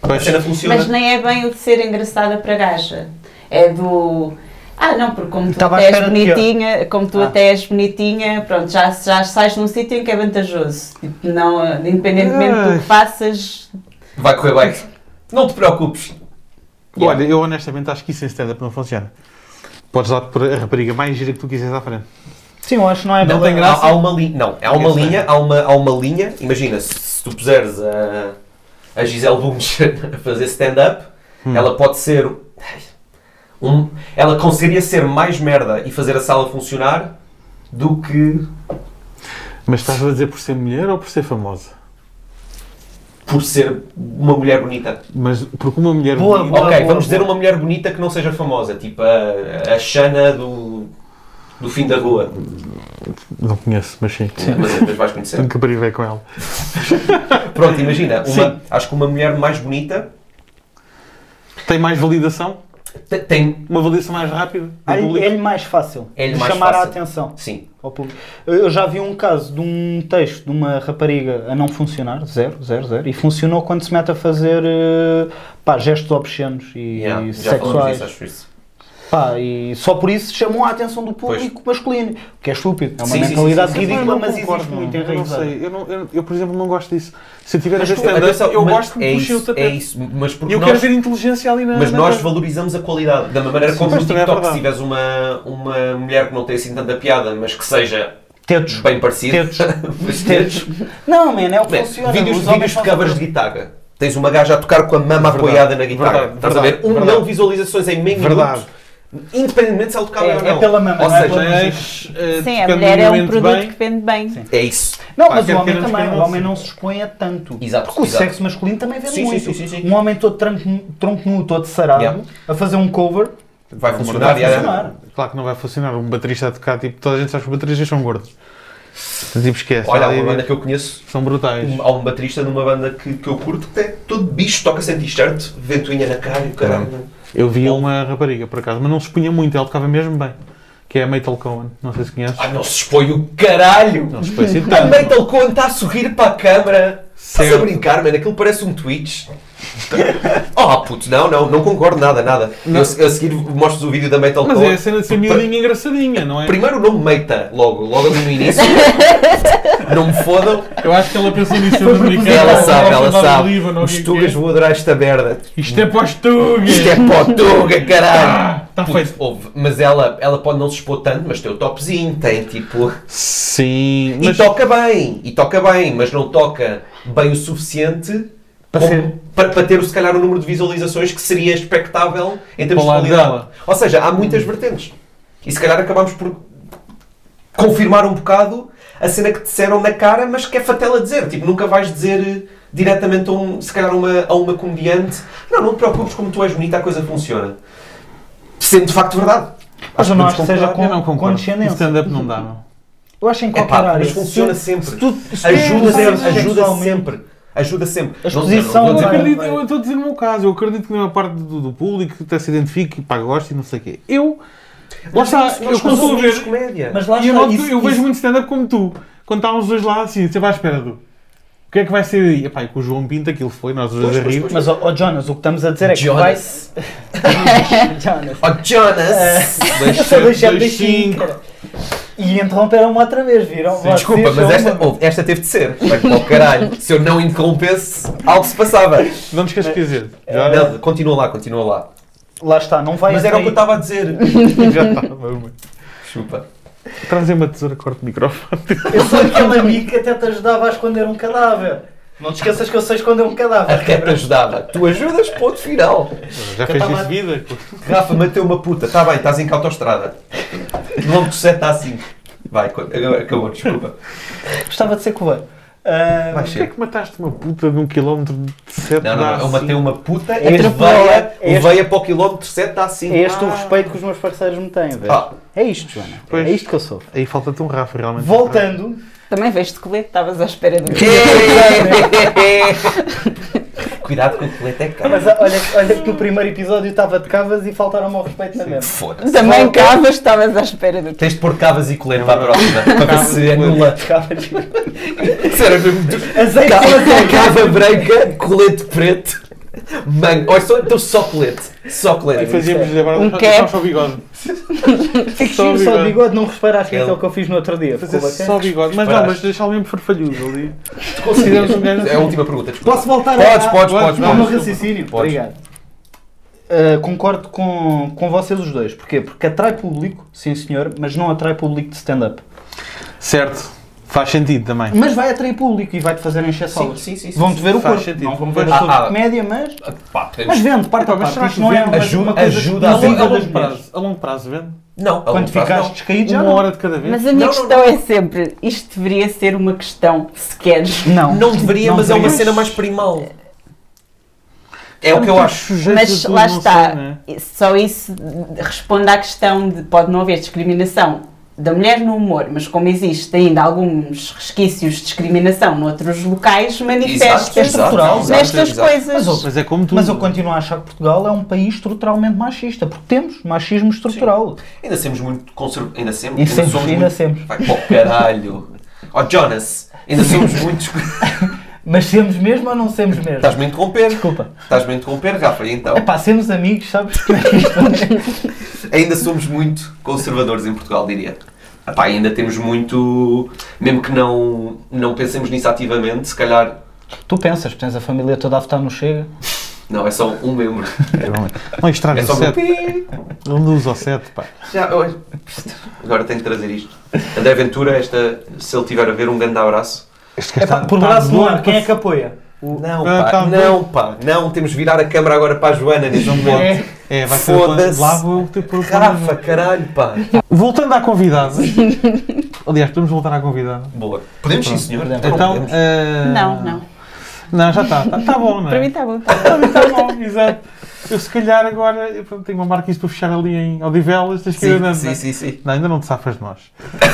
B: a
A: Pois.
B: cena funciona.
D: Mas nem é bem o de ser engraçada para gaja. É do. Ah, não, porque como tu
C: Estava à
D: até és
C: espera de pior.
D: bonitinha, como tu
C: Ah.
D: até és bonitinha, pronto, já, já sais num sítio em que é vantajoso. Tipo, não, independentemente do
A: Ai.
D: que faças,
B: Vai correr bem. Não te preocupes.
A: Olha, eu honestamente acho que isso em stand-up não funciona. Podes dar por a rapariga mais gira que tu quiseres à frente.
C: Sim, eu acho que não é
A: Não
C: bem-
A: tem graça. é
B: Há, há uma linha. Não, há uma
A: Esse tem.
B: linha, há uma, há uma linha. Imagina, se, se tu puseres a, a Gisele Bumes a fazer stand-up,
A: Hum.
B: ela pode ser. Um, ela conseguiria ser mais merda e fazer a sala funcionar do que
A: Mas estás a dizer por ser mulher ou por ser famosa?
B: por ser uma mulher bonita.
A: Mas porque uma mulher
C: Boa,
A: bonita-
C: boa.
B: ok, vamos dizer uma mulher bonita que não seja famosa, tipo a, a Xana do, do fim da rua.
A: Não conheço, mas sim.
B: Mas, mas vais conhecer.
A: Nunca privei com ela.
B: Pronto, imagina, uma,
A: Sim.
B: acho que uma mulher mais bonita
A: Tem mais validação?
B: te- tem.
A: Uma validação mais rápida? do
C: Ah,
A: público?
C: É-lhe mais fácil
B: É-lhe
C: de
B: mais
C: chamar a
B: fácil.
C: atenção
B: Sim.
C: ao público. Eu eu já vi um caso de um texto de uma rapariga a não funcionar, zero, zero, zero, e funcionou quando se mete a fazer eh, pá, gestos obscenos e,
B: Yeah,
C: e
B: já falamos
C: sexuais.
B: disso, acho que isso.
C: Pá, e só por isso chamou a atenção do público masculino, o que é estúpido, é uma
B: Sim, sim,
C: mentalidade
B: sim, sim, sim.
C: ridícula,
A: Eu não
C: mas existe
A: concordo,
C: muito
A: não. Eu não
C: enraizada.
A: sei. Eu, não- eu- eu, por exemplo, não gosto disso. Se eu tiver a ver
B: Mas,
A: stand-up,
B: atenção,
A: eu
B: mas
A: gosto que
B: é
A: me puxem o
B: isso, é
A: tapete.
B: isso, mas
A: E
B: porque
A: eu
B: nós,
A: quero ver inteligência ali na.
B: mas
A: na-
B: nós valorizamos a qualidade, da maneira
A: Sim,
B: como
A: mas
B: no
A: também é
B: TikTok, se
A: verdade.
B: tiveres uma, uma mulher que não tem assim tanta piada, mas que seja
C: Tetos.
B: bem parecida,
C: Tetos.
B: mas
C: Tetos. Não, man, é o que
B: Bem,
C: funciona.
B: vídeos,
C: Os
B: vídeos
C: homens
B: de
C: fazem-
B: covers de guitarra. Tens uma gaja a tocar com a mama
A: Verdade,
B: apoiada na guitarra.
A: verdade,
B: Estás a ver?
A: verdade,
B: Um
A: verdade.
B: milhão de visualizações em meio
A: Verdade.
B: minuto, independentemente se ela tocava
C: É-
B: ou
C: é
B: não.
C: pela mama,
B: ou
C: não é
B: seja,
C: pela música.
A: Mas, eh,
D: sim, a
A: tocando
D: mulher é um
A: minimamente
D: produto
A: bem,
D: que vende bem.
C: Sim.
B: é isso.
C: Não,
A: Pá,
C: mas o
A: quer
C: homem
A: queiramos,
C: também.
A: quer
C: O
A: não.
C: homem não se expõe a tanto.
B: um Exato,
C: Porque o
B: exato.
C: sexo masculino também vende
B: Sim, sim,
C: muito.
B: sim, sim, sim.
C: Um homem todo tronco, tronco nu, todo sarado,
B: Yeah. Ah,
C: a fazer um cover,
B: Vai
A: Vai
B: funcionar. e é-
C: funcionar.
A: Claro que não vai funcionar. Um baterista a tocar, tipo, toda a gente sabe que os bateristas são gordos. Tipo, esquece.
B: Olha, há
A: Ali
B: uma banda que eu conheço.
A: São brutais.
B: um- Há um baterista numa banda que, que eu curto que é todo bicho, toca sem t-shirt, ventoinha na cara e o caralho. né?
A: Eu vi uma rapariga, por acaso, mas não se expunha muito, ela tocava mesmo bem. Que é a Metal Cohen, não sei se conheces.
B: Ah, não se expõe o caralho!
A: Não se expõe assim
B: A
A: tanto.
B: Metal Con está tá a sorrir para a câmara. Estás a
A: Certo.
B: brincar, mano? Aquilo parece um Twitch. oh, puto, não, não, não concordo nada, nada. Eu, a seguir mostro o vídeo da Metal
A: Mas
B: Con.
A: é a cena de ser miudinha engraçadinha, não é?
B: Primeiro o nome Meita, logo, logo ali no início. não me fodam.
A: Eu acho que ela pensou nisso no americano.
B: Ela
A: ou
B: sabe,
A: ao
B: ela
A: soldado
B: sabe.
A: Líbano, ou o
B: Os
A: que é que
B: tugas
A: é.
B: vão adorar esta merda.
A: Isto é para os tugas!
B: Isto é para o Tuga, caralho!
A: Está
B: Puto,
A: feito.
B: ouve, mas ela, ela pode não se expor tanto, mas tem o topzinho, tem tipo.
A: Sim,
B: E toca bem, e toca bem, mas não toca bem o suficiente
C: Para
B: como-
C: ser-
B: para, para ter, se calhar, o número de visualizações que seria expectável em termos
A: Para o
B: de
A: lado
B: qualidade.
A: dela. Hum.
B: Ou seja, há muitas vertentes. E se calhar acabamos por confirmar um bocado a cena que te disseram na cara, mas que é fatela dizer. Tipo, nunca vais dizer eh, diretamente a um, se calhar a uma, a uma comediante não, não te preocupes, como tu és bonita, a coisa funciona. Sendo de facto verdade.
C: Mas eu não acho que
B: podemos
C: seja
B: concordar.
C: com,
A: Eu não concordo.
C: condescendência.
A: Stand-up não dá, não.
C: Eu acho em
B: É
C: qualquer
B: pá,
C: área.
B: mas funciona
C: Se-
B: sempre.
C: se tu- se tu
B: ajuda,
C: tens
B: sempre,
C: sexualmente-
B: ajuda sempre. Ajuda sempre.
C: A
B: Não-
C: exposição é.
B: não-
A: Eu
B: não-
C: vai-
A: acredito, eu estou a dizer o meu caso, eu acredito que não é parte do, do público que até se identifique, pá, gosta e não sei o quê. Eu, lá está,
B: Nós
A: eu quando estou a
B: consumimos
A: ver,
B: comédia.
C: Mas lá
A: E eu,
C: está,
A: noto-
C: isso-
A: eu vejo
C: isso-
A: muito stand-up como tu. quando estávamos os dois lá, assim, sempre à espera do. O que é que vai ser aí? Epá, e com o João Pinto aquilo foi, nós os dois a
B: pois,
A: rir.
B: pois.
C: é Mas, ó ó, Jonas, o que estamos a dizer é que
B: Jonas.
C: vai... Jonas.
B: Oh, Jonas!
A: Dois,
C: Só dois,
A: sete,
C: dois,
A: cinco.
C: E interromperam-me outra vez, viram? Vocês
B: Desculpa, mas
C: são
B: esta,
C: uma-
B: ouve, esta teve de ser. Vai para o caralho. Se eu não interrompesse, algo se passava.
A: Não te esqueças de
C: É.
A: dizer. Já,
B: Não, continua lá, continua lá.
C: Lá está, não vai
B: Mas era o que eu
C: atrair-
B: estava a dizer.
A: já estava.
B: Chupa.
A: Trazem uma tesoura, corte o microfone.
C: Eu sou aquele amigo que até te ajudava a esconder um cadáver. Não te esqueças que eu sei esconder um cadáver.
B: Até te ajudava. Tu ajudas, ponto final.
A: Já
B: Eu
A: fez
B: tava-
A: isso vida? pô.
B: Rafa, mateu uma puta. Está bem, estás em autostrada. Quilómetro 7 está assim. Vai, co- agora acabou, desculpa.
C: Gostava de ser coveiro. Ah,
B: Vai
A: Porquê é
B: ser.
A: que mataste uma puta de um quilómetro de sete dá
B: Não, não, não. Eu
A: assim?
B: matei uma puta e
C: Este
B: veia,
C: é este-
B: veia para o quilómetro 7 está assim.
C: é este o respeito que os meus parceiros me têm, velho.
B: Ah.
C: É isto, Joana.
A: Pois.
C: É isto que eu sou.
A: Aí falta-te um Rafa, realmente.
C: Voltando,
D: Também veste colete, estavas à espera do
B: Cuidado com o colete é caro.
C: mas ah, olha, olha que no primeiro episódio eu estava de cavas e faltaram-me ao respeito na mesma.
B: Foda-se.
D: Também cavas, estavas à espera do
B: Tens de pôr cavas e colete para a próxima, para ver se anula.
C: Cavas.
B: Sério, mesmo tu-
C: Azeite
B: Cava,
C: com azeite.
B: cava branca, colete preto, manga. Olha só, então só colete. Só
A: E
B: colete.
A: fazíamos agora
D: Um
A: só-
D: cap.
A: só bigode.
C: É que giro, só o bigode não reparaste que é
B: Ele-
C: aquele é que eu fiz no outro dia.
A: Fazer
C: Ficou
A: só
C: bacana.
A: bigode. Mas não,
B: Reparaste.
A: mas deixá-lo mesmo farfalhudo ali.
B: Consideramos
A: um gajo
B: É a última pergunta, desculpa.
C: Posso voltar a-
B: Podes,
C: a-
B: podes,
A: Não,
B: podes.
C: Não, no
A: não,
B: podes.
C: raciocínio.
B: Podes.
C: Obrigado. Uh, concordo com, com vocês os dois. Porquê? Porque atrai público, sim senhor, mas não atrai público de stand-up.
A: Certo. Faz sentido também.
C: Mas vai atrair público e vai-te fazer encher salas.
B: sim, sim, sim,
C: Vão-te assim, ver o
A: Faz
C: corpo.
A: sentido.
C: Não vão ver
B: Ah,
C: a sua
B: ah.
C: comédia, mas...
B: Pá,
C: Mas
B: podemos-
C: vende, parte a
A: mas
C: parte.
A: será que
C: Isto não é
A: vende?
C: uma,
B: Ajuda-
C: uma coisa
B: ajuda
C: que
B: a
A: A
C: não
B: vender.
A: longo,
C: é
A: a
C: das
A: longo
C: mulheres.
A: prazo. A longo prazo vende?
B: Não, a
C: Quando
B: longo prazo
C: ficares
B: não.
C: descaído já
A: Uma
C: não.
A: hora de cada vez?
D: Mas a minha
B: Não, não,
D: questão
B: não.
D: é sempre, isto deveria ser uma questão, se queres.
C: Não.
B: Não deveria,
C: Não
B: mas é uma
C: deveria.
B: cena mais primal. É o que eu acho.
D: Mas lá está, só isso responde à questão de pode não haver discriminação da mulher no humor, mas como existe ainda alguns resquícios de discriminação noutros locais,
B: Exato,
D: manifesta-se
B: exato,
C: estrutural
B: exato,
D: nestas
B: exato.
D: coisas.
A: Mas é como tu.
C: Mas eu continuo a achar que Portugal é um país estruturalmente machista, porque temos machismo estrutural.
B: Ainda somos muito conservadores. Ainda sempre.
C: Ainda sempre,
B: somos
C: ainda
B: muito-
C: sempre.
B: Vai para o caralho. Ó Jonas, ainda somos muito.
C: Mas temos mesmo ou não temos mesmo?
B: Estás-me a interromper.
C: Desculpa.
B: Estás-me a interromper, Rafa, e então.
C: É pá, sermos amigos, sabes? é
B: Ainda somos muito conservadores em Portugal, diria. Epá, ainda temos muito. Mesmo que não, não pensemos nisso ativamente, se calhar.
C: tu pensas, tens a família toda a votar no Chega?
B: Não, é só um membro.
A: É, Não estraga
B: É
A: o
B: só um.
A: sete.
B: pi.
A: Não usa o sete, pá.
B: Já, eu- agora tenho de trazer isto. André Ventura, esta, se ele tiver a ver, um grande abraço.
A: Este
C: É pá, por braço no ar, quem é que apoia?
B: Não,
A: Ah,
B: pá,
A: tá
B: não, pá, não, temos de virar a câmara agora para a Joana um neste momento.
C: É.
A: É, vai ser
B: Foda-se.
A: lá vou eu ter por
B: Rafa, caralho, pá.
A: Voltando à convidada. Aliás, podemos voltar à convidada.
B: Boa. Podemos sim, senhor.
A: Então, eh,
D: Não, não.
A: Não, já está. Está bom, não é?
D: Para mim tá- está bom.
A: Para mim está bom, exato. Eu se calhar agora eu, pronto, tenho uma marquise para fechar ali em Odivelas, tens que ir
B: sim,
A: andando.
B: sim,
A: não é?
B: sim, sim.
A: Não, ainda não te safas de nós.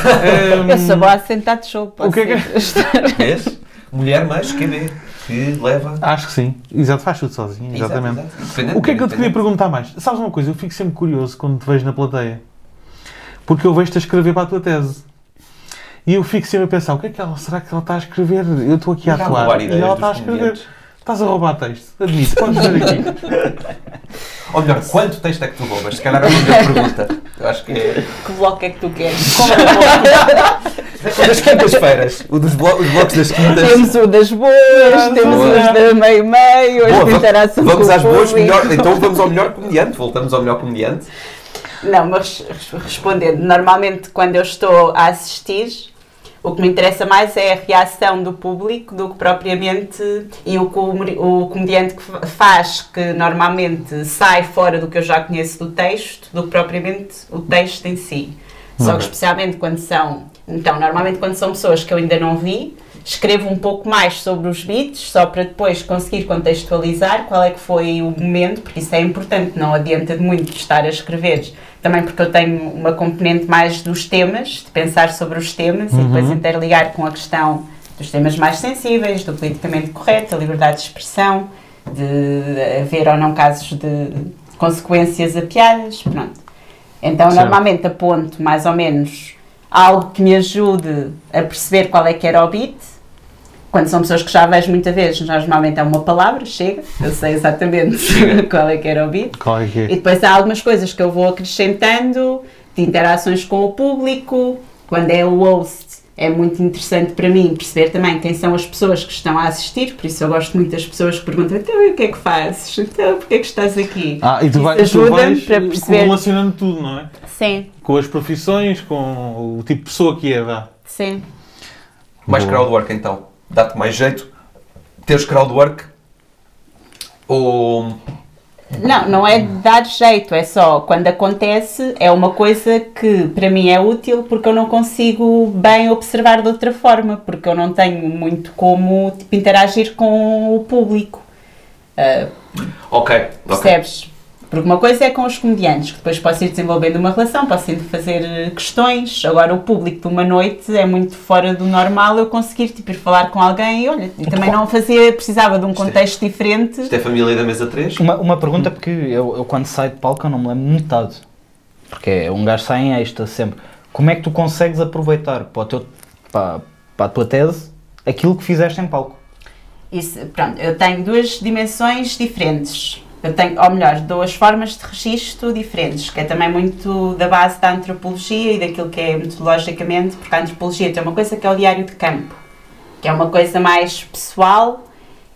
D: Eu sou boa a sentar de show.
A: Hum. O que é que-
B: Vês? Mulher mais que vê, que leva.
A: Acho que sim. Exato, faz tudo sozinho,
B: Exato,
A: exatamente.
B: exato. Independente,
A: O que é que eu te queria
B: independente.
A: perguntar mais? Sabes uma coisa? Eu fico sempre curioso quando te vejo na plateia. Porque eu vejo-te a escrever para a tua tese. E eu fico sempre a pensar, o que é que ela, será que ela está a escrever? Eu estou aqui a
B: Está a roubar
A: atuar e
B: ideias
A: ela
B: dos
A: está a escrever.
B: comediantes.
A: Estás a roubar texto, admito, podes ver aqui.
B: Ou melhor, quanto texto é que tu roubas? Se calhar é uma melhor pergunta. Eu acho que é.
D: Que bloco é que tu queres?
B: O das quintas-feiras. O dos blo- os blocos das quintas.
D: Temos o das boas, temos
B: boa.
D: o das da meio-meio, as
B: Boa,
D: da
B: va-
D: interação
B: vamos
D: com o
B: às boas,
D: público.
B: melhor, então vamos ao melhor comediante. Voltamos ao melhor comediante.
D: Não, mas res- respondendo, normalmente quando eu estou a assistir, o que me interessa mais é a reação do público do que propriamente e o, que o humori- o comediante que fa- faz, que normalmente sai fora do que eu já conheço do texto, do que propriamente o texto em si. Só que especialmente quando são, então normalmente quando são pessoas que eu ainda não vi, escrevo um pouco mais sobre os beats, só para depois conseguir contextualizar qual é que foi o momento, porque isso é importante, não adianta de muito estar a escrever. Também porque eu tenho uma componente mais dos temas, de pensar sobre os temas e depois interligar com a questão dos temas mais sensíveis, do politicamente correto, da liberdade de expressão, de haver ou não casos de consequências a piadas, pronto. Então,
A: Certo.
D: normalmente aponto mais ou menos algo que me ajude a perceber qual é que era o beat. Quando são pessoas que já vejo muita vez, nós normalmente é uma palavra, chega, eu sei exatamente qual é que era o beat.
A: Qual é que é?
D: E depois há algumas coisas que eu vou acrescentando, de interações com o público, quando é o host. É muito interessante para mim perceber também quem são as pessoas que estão a assistir, por isso eu gosto muito das pessoas que perguntam então e o que é que fazes? Então porquê é que estás aqui?
A: Ah, e tu,
D: Isso
A: vai, tu
D: ajuda-me
A: vais
D: para perceber.
A: relacionando tudo, não é?
D: Sim,
A: Com as profissões, com o tipo de pessoa que é, vá.
D: sim.
B: Mais
A: Boa.
B: crowdwork então. Dá-te mais jeito teres crowdwork ou
D: Não, não é dar jeito, é só quando acontece, é uma coisa que para mim é útil porque eu não consigo bem observar de outra forma, porque eu não tenho muito como tipo, interagir com o público,
B: Ok, ok.
D: percebes? Porque uma coisa é com os comediantes, que depois posso ir desenvolvendo uma relação, posso ir fazer eh, questões. Agora, o público de uma noite é muito fora do normal eu conseguir tipo, ir falar com alguém e olha, e também não fazia, precisava de um contexto diferente.
B: Isto é a família da mesa 3?
C: Uma, uma pergunta porque eu, eu quando saio de palco eu não me lembro metade. Porque é, um gajo sai em êxtase sempre. Como é que tu consegues aproveitar para, o teu, para, para a tua tese aquilo que fizeste em palco?
D: Isso, pronto, eu tenho duas dimensões diferentes. Eu tenho, ou melhor, duas formas de registro diferentes, que é também muito da base da antropologia e daquilo que é metodologicamente, porque a antropologia tem uma coisa que é o diário de campo, que é uma coisa mais pessoal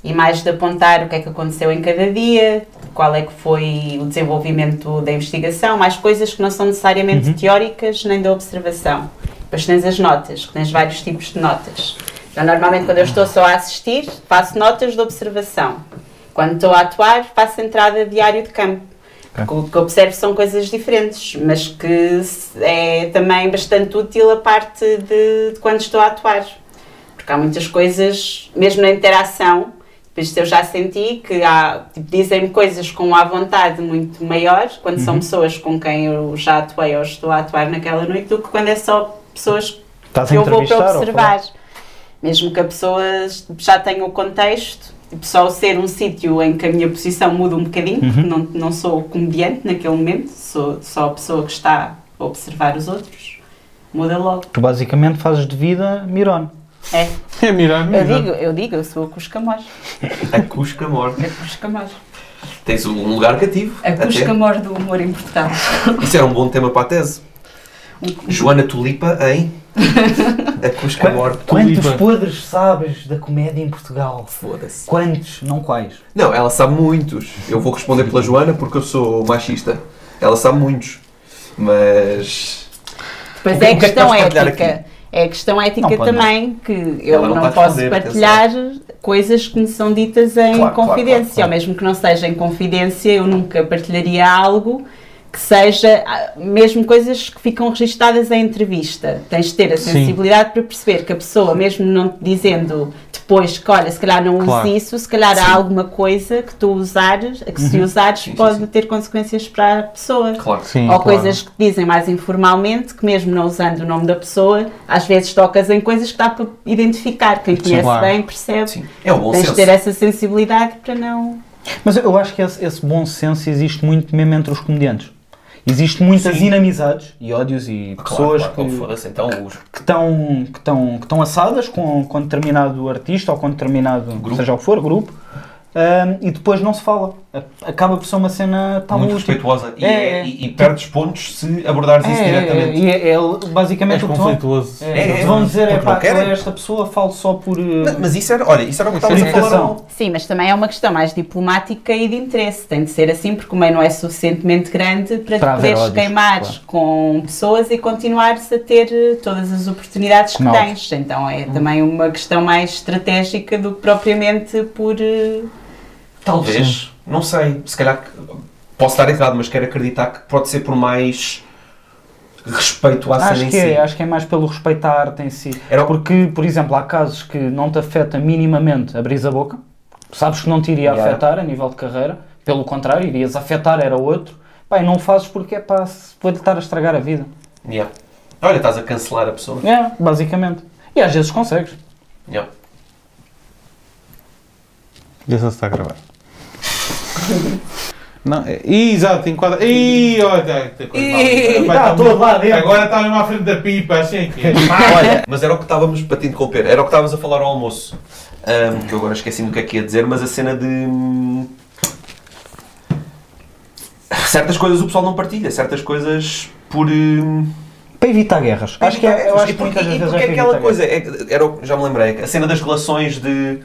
D: e mais de apontar o que é que aconteceu em cada dia, qual é que foi o desenvolvimento da investigação, mais coisas que não são necessariamente teóricas nem da observação. Depois tens as notas, que tens vários tipos de notas. Então, normalmente quando eu estou só a assistir, faço notas de observação. Quando estou a atuar, faço entrada diário de campo. Porque O que eu observo são coisas diferentes, mas que se- é também bastante útil a parte de, de quando estou a atuar. Porque há muitas coisas, mesmo na interação, por isso eu já senti que há, tipo, dizem-me coisas com a vontade muito maior quando
C: Uhum.
D: são pessoas com quem eu já atuei ou estou a atuar naquela noite do que quando é só pessoas
C: Estás a
D: que eu vou
C: entrevistar
D: para
C: ou é a falar?
D: observar. Mesmo que a pessoa já tenha o contexto, tipo, só ser um sítio em que a minha posição muda um bocadinho,
C: Uhum.
D: porque não, não sou comediante naquele momento, sou só a pessoa que está a observar os outros, muda logo.
C: Tu basicamente fazes de vida Miron.
D: É.
A: É mirar
D: Eu
A: mesmo.
D: digo, eu digo, eu sou a Cusca Mor.
B: A Cusca Mor.
D: A Cusca Mor.
B: Tens um lugar cativo.
D: A
B: até.
D: Cusca Mor É do humor em Portugal.
B: Isso era um bom tema para a tese. Joana Tulipa em A Cusca Mor.
C: Quantos
A: Tulipa.
C: podres sabes da comédia em Portugal?
B: Foda-se.
C: Quantos? Não quais?
B: Não, ela sabe muitos. Eu vou responder pela Joana porque eu sou machista. Ela sabe muitos. Mas.
D: Pois
B: O que-
D: é,
B: o
D: a
B: que é que
D: questão
B: vais partilhar
D: ética.
B: aqui?
D: É a questão ética
C: Não pode
D: também, que eu
B: Ela não
D: não,
B: pode
D: posso
B: responder,
D: partilhar coisas que me são ditas em
B: Claro, claro,
D: confidência,
B: claro, claro.
D: ou mesmo que não seja em confidência, eu nunca partilharia algo que seja, ah, mesmo coisas que ficam registadas em entrevista. Tens de ter a
A: Sim.
D: sensibilidade para perceber que a pessoa, mesmo não te dizendo depois que, olha, se calhar não use
A: Claro.
D: isso, se calhar há alguma coisa que tu usares, que se usares
B: Sim, sim,
D: pode
B: sim.
D: ter consequências para a pessoa
B: Claro.
A: Sim,
D: ou
A: claro.
D: coisas que dizem mais informalmente, que mesmo não usando o nome da pessoa, às vezes tocas em coisas que dá para identificar. Quem conhece
A: claro.
D: bem percebe.
B: Sim. É um bom
D: Tens de
B: senso.
D: ter essa sensibilidade para não.
C: Mas eu acho que esse, esse bom senso existe muito mesmo entre os comediantes. Existe muitas
B: Sim.
C: inamizades e ódios e
B: Claro,
C: pessoas
B: claro,
C: que-
B: claro, foda-se, então os
C: que estão que estão que estão assadas com, com determinado artista ou com determinado
B: Grupo.
C: seja o que for grupo ahm, e depois não se fala A- acaba por ser uma cena tabu
B: muito
C: tipo,
B: respeituosa e,
C: É,
B: é-
C: é.
B: e- e perdes pontos se abordares
C: é,
B: isso
C: é,
B: diretamente.
C: e é, é
A: És
C: basicamente o que vão,
A: conflituoso.
C: é,
B: É, é,
C: vão dizer é
B: porque não
C: pá
B: querem.
C: aquela- esta pessoa falo só por
B: Mas,
C: uh,
B: mas isso era, olha, isso era o que estávamos a falar.
C: Comunicação.
B: ao-
D: Sim, mas também é uma questão mais diplomática e de interesse. Tem de ser assim, porque o meio não é suficientemente grande para,
C: Para
D: te
C: haver
D: poderes
C: ódios,
D: queimar
C: claro.
D: com pessoas e continuares a ter eh, todas as oportunidades que
C: Não.
D: tens. Então é também uma questão mais estratégica do que propriamente por. eh,
B: Talvez, não sei, se calhar que- posso estar errado, mas quero acreditar que pode ser por mais respeito à cena
C: acho
B: em
C: que
B: si.
C: é, acho que é mais pelo respeito à arte em si
B: Era-
C: porque por exemplo há casos que não te afeta minimamente abrir a boca sabes que não te iria
B: Yeah.
C: afetar a nível de carreira pelo contrário irias afetar era outro Pá, e não fazes porque é pá, se- vou-lhe estar a estragar a vida.
B: Yeah. Olha, estás a cancelar a pessoa.
C: É, basicamente. E às vezes consegues.
B: Yeah.
A: Já se está a gravar. Não, é- Ih, exato, enquadra. Ih, olha, tem coisa
C: Ih,
A: mal. Vai,
C: tá
A: tá
C: todo
A: muito-
C: lá dentro.
A: Agora está mesmo à frente da pipa, assim que.
B: Olha, mas era o que estávamos para te interromper, era o que estávamos a falar ao almoço. Ahm, que eu agora esqueci-me do que é que ia dizer, mas a cena de. hum, Certas coisas o pessoal não partilha, certas coisas por. hum,
C: Para evitar guerras. Acho que é, eu acho
B: e
C: que
B: porque,
C: muitas
B: e
C: das vezes
B: porque é
C: é para evitar
B: aquela
C: guerras.
B: coisa, é que- era o que já me lembrei, a cena das relações de,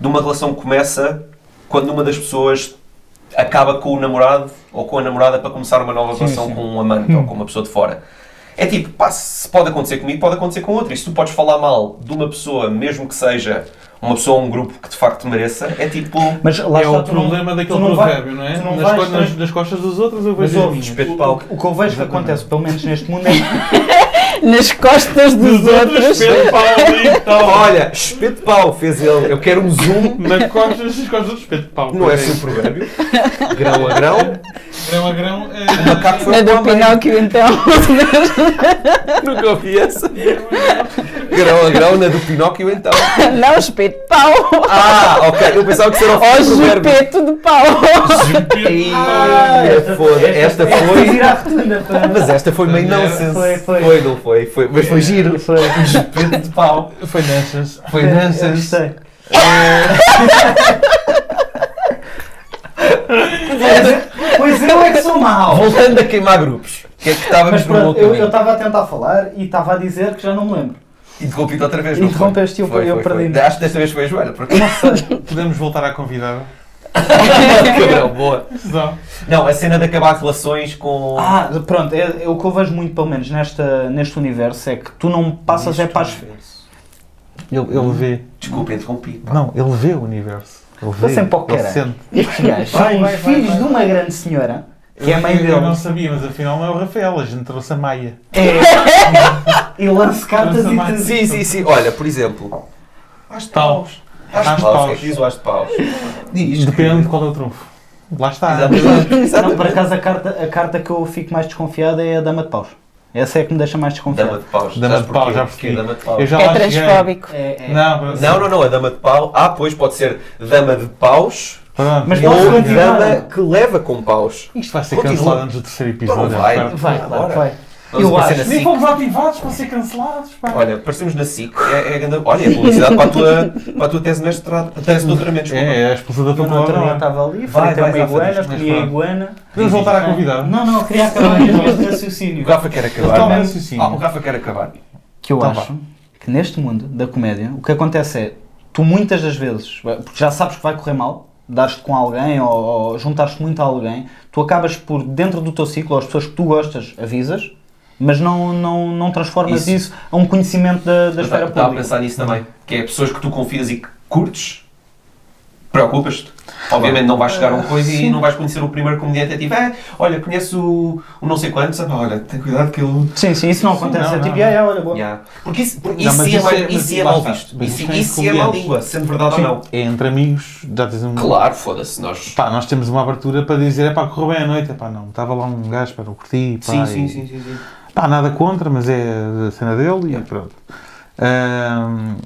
B: de uma relação que começa quando uma das pessoas acaba com o namorado ou com a namorada para começar uma nova relação com um amante
E: Hum.
B: ou com uma pessoa de fora. É tipo, pá, se pode acontecer comigo, pode acontecer com outra. E se tu podes falar mal de uma pessoa, mesmo que seja uma pessoa ou um grupo que de facto mereça, é tipo.
C: Mas lá
A: é
C: está,
A: o
C: tu não-
A: problema daquele
C: tu não vai-
A: provérbio, não é?
C: tu não
A: nas,
C: vais
A: co- nas-
C: trans-
A: nas costas dos outros eu
C: Mas
A: vejo as
C: ouve,
A: minhas.
B: Espeto de
C: o,
B: pau.
C: o que eu vejo que acontece, pelo menos neste mundo, é que
D: Nas costas dos
C: é
D: outros.
C: assim.
A: Espeto pau ali tá, e tal.
E: Então, Olha, espeto de pau fez ele. Eu quero um zoom,
A: Nas costas, nas costas do espeto de pau.
E: não é assim um provérbio. Grão a grão.
A: Grão a grão. é-
E: O macaco foi
D: Na
E: para a
D: do
E: mãe.
D: Pinóquio, então.
E: Nunca ouvi essa. grão a grão na do Pinóquio então.
D: Não, espeto de pau. é
E: Ah, ok. Eu pensava que isso era
B: É
E: o
D: Ou
E: fim do provérbio.
D: espeto de pau.
E: Ei,
C: Ah, esta-
E: foda. Esta foi...
C: ir à rotunda para-
E: Mas esta foi meio nonsense.
C: Foi, foi.
E: Foi, não foi? Foi, mas foi giro.
C: Foi.
A: "Ah,
E: Espeto de pau.
A: Foi nessas.
E: Foi
C: Eu
E: nonsense.
C: gostei.
A: É.
C: Pois eu é que sou mau.
E: Voltando a queimar grupos. O que é que estávamos
C: Mas
E: no meu
C: pronto, eu eu
E: caminho?
C: estava a tentar falar e estava a dizer que já não me lembro.
E: Interrompi-te outra vez, não foi?
C: Interrompeste-o,
E: Foi,
C: eu
E: foi,
C: perdi-me.
E: foi. Acho que desta vez foi a Joana. Porque...
A: Podemos voltar à convidada.
E: Não, boa.
A: Exato.
B: Não, a cena de acabar relações com.
C: Ah, pronto, é, é o que eu vejo muito, pelo menos nesta, neste universo, é que tu não passas é para as.
A: Ele, ele vê.
B: Desculpa, interrompi. pá.
A: Não, ele vê o universo. Ele vê.
C: sempre ao
A: ele
C: caralho.
A: sente.
C: Estes gajos
A: Vai,
C: são
A: vai,
C: os
A: vai,
C: filhos
A: vai.
C: de uma grande senhora, que é a mãe
A: eu, eu não
C: deles,
A: sabia, mas afinal não é o Rafael, a gente trouxe a Maia.
C: é, e lança cartas
A: Lança
C: e
A: mais.
C: tudo.
E: Sim, sim, sim. Olha, por exemplo.
B: Acho que
A: Tal.
B: Acho
A: Às
B: de paus. O que é
A: paus.
B: que diz o acho de paus?
E: Diz.
A: Depende de qual é o trunfo. Lá está.
E: Exatamente.
C: Não, por
E: Exatamente.
C: acaso a carta, a carta que eu fico mais desconfiada é a Dama de Paus. Essa é a que me deixa mais
B: Dama
C: desconfiada.
B: de paus.
A: Dama
B: Sabes
A: de pau,
B: porquê?
A: já
B: Porque
A: percebi.
B: Dama de paus.
A: Eu já
D: É
A: lá cheguei.
D: transfóbico.
C: É, é.
A: Não, mas-
B: Não, não, não, a dama de pau. Ah, pois pode ser dama de paus
A: Pronto.
C: Mas
A: Eu- é
C: posso
E: ou
C: continuar?
E: dama que leva com paus.
A: Isto vai ser
E: Continua.
A: cancelado antes do terceiro episódio.
B: Não vai.
A: espera.
C: Vai, claro,
B: Bora.
C: vai.
B: Vamos
C: Eu
B: uma
C: acho.
B: cena
A: Nem
B: SIC.
A: fomos ativados para ser cancelados. Pá.
B: Olha, parecemos na SIC. É, é grande- Olha, é publicidade para a tua, para a tua tese de mestrado, tese de doutoramento.
A: é,
B: desculpa.
A: é a expulsão da
C: Eu
A: tua
C: no outro dia
A: palavra.
C: estava ali,
B: Vai,
C: fritei uma
B: vai, vai,
C: iguana,
A: mas
C: comi a
A: pronto.
C: iguana.
A: Podemos voltar à convidada.
C: Não, não, eu queria acabar este raciocínio.
B: O Rafa quer acabar.
A: Então,
B: não é?
A: raciocínio.
B: Ah, o Rafa quer acabar.
C: que eu
A: Então
C: acho que neste mundo da comédia o que acontece é tu muitas das vezes porque já sabes que vai correr mal dares-te com alguém ou, ou juntares-te muito a alguém tu acabas por dentro do teu ciclo as pessoas que tu gostas avisas mas não, não, não transformas isso.
B: Isso.
C: a um conhecimento da, da
B: Eu
C: esfera
B: Estava tá, a
C: pública.
B: pensar nisso também. Que é pessoas que tu confias e que curtes, preocupas-te. Obviamente não vais chegar a uma coisa e não vais conhecer o primeiro comediante. É tipo, "Ah, olha, conheço o, o não sei quantos. Ah, olha, tem cuidado que ele.
C: Sim, sim, isso não acontece.
A: não,
C: é tipo,
A: não,
C: "Ya, ya, olha, boa.
B: Yeah. Porque isso, porque
A: Não,
B: isso
A: mas
B: é
A: isso
B: mal-
A: é- mas
B: isso é
A: isso
B: mal
A: lá está.
B: visto.
A: Mas
B: Isso,
A: isso é
B: isso é má
A: inconveniente.
B: língua, sendo verdade ou não.
A: É entre amigos, já tens um.
B: Claro, foda-se, nós.
A: Pá, nós temos uma abertura para dizer, é pá, correu bem a noite, é pá, não, estava lá um gajo para eu curtir, pá,
B: Sim,
A: e-
B: sim, sim, sim, sim.
A: pá, nada contra, mas é a cena dele e pronto. Ahm,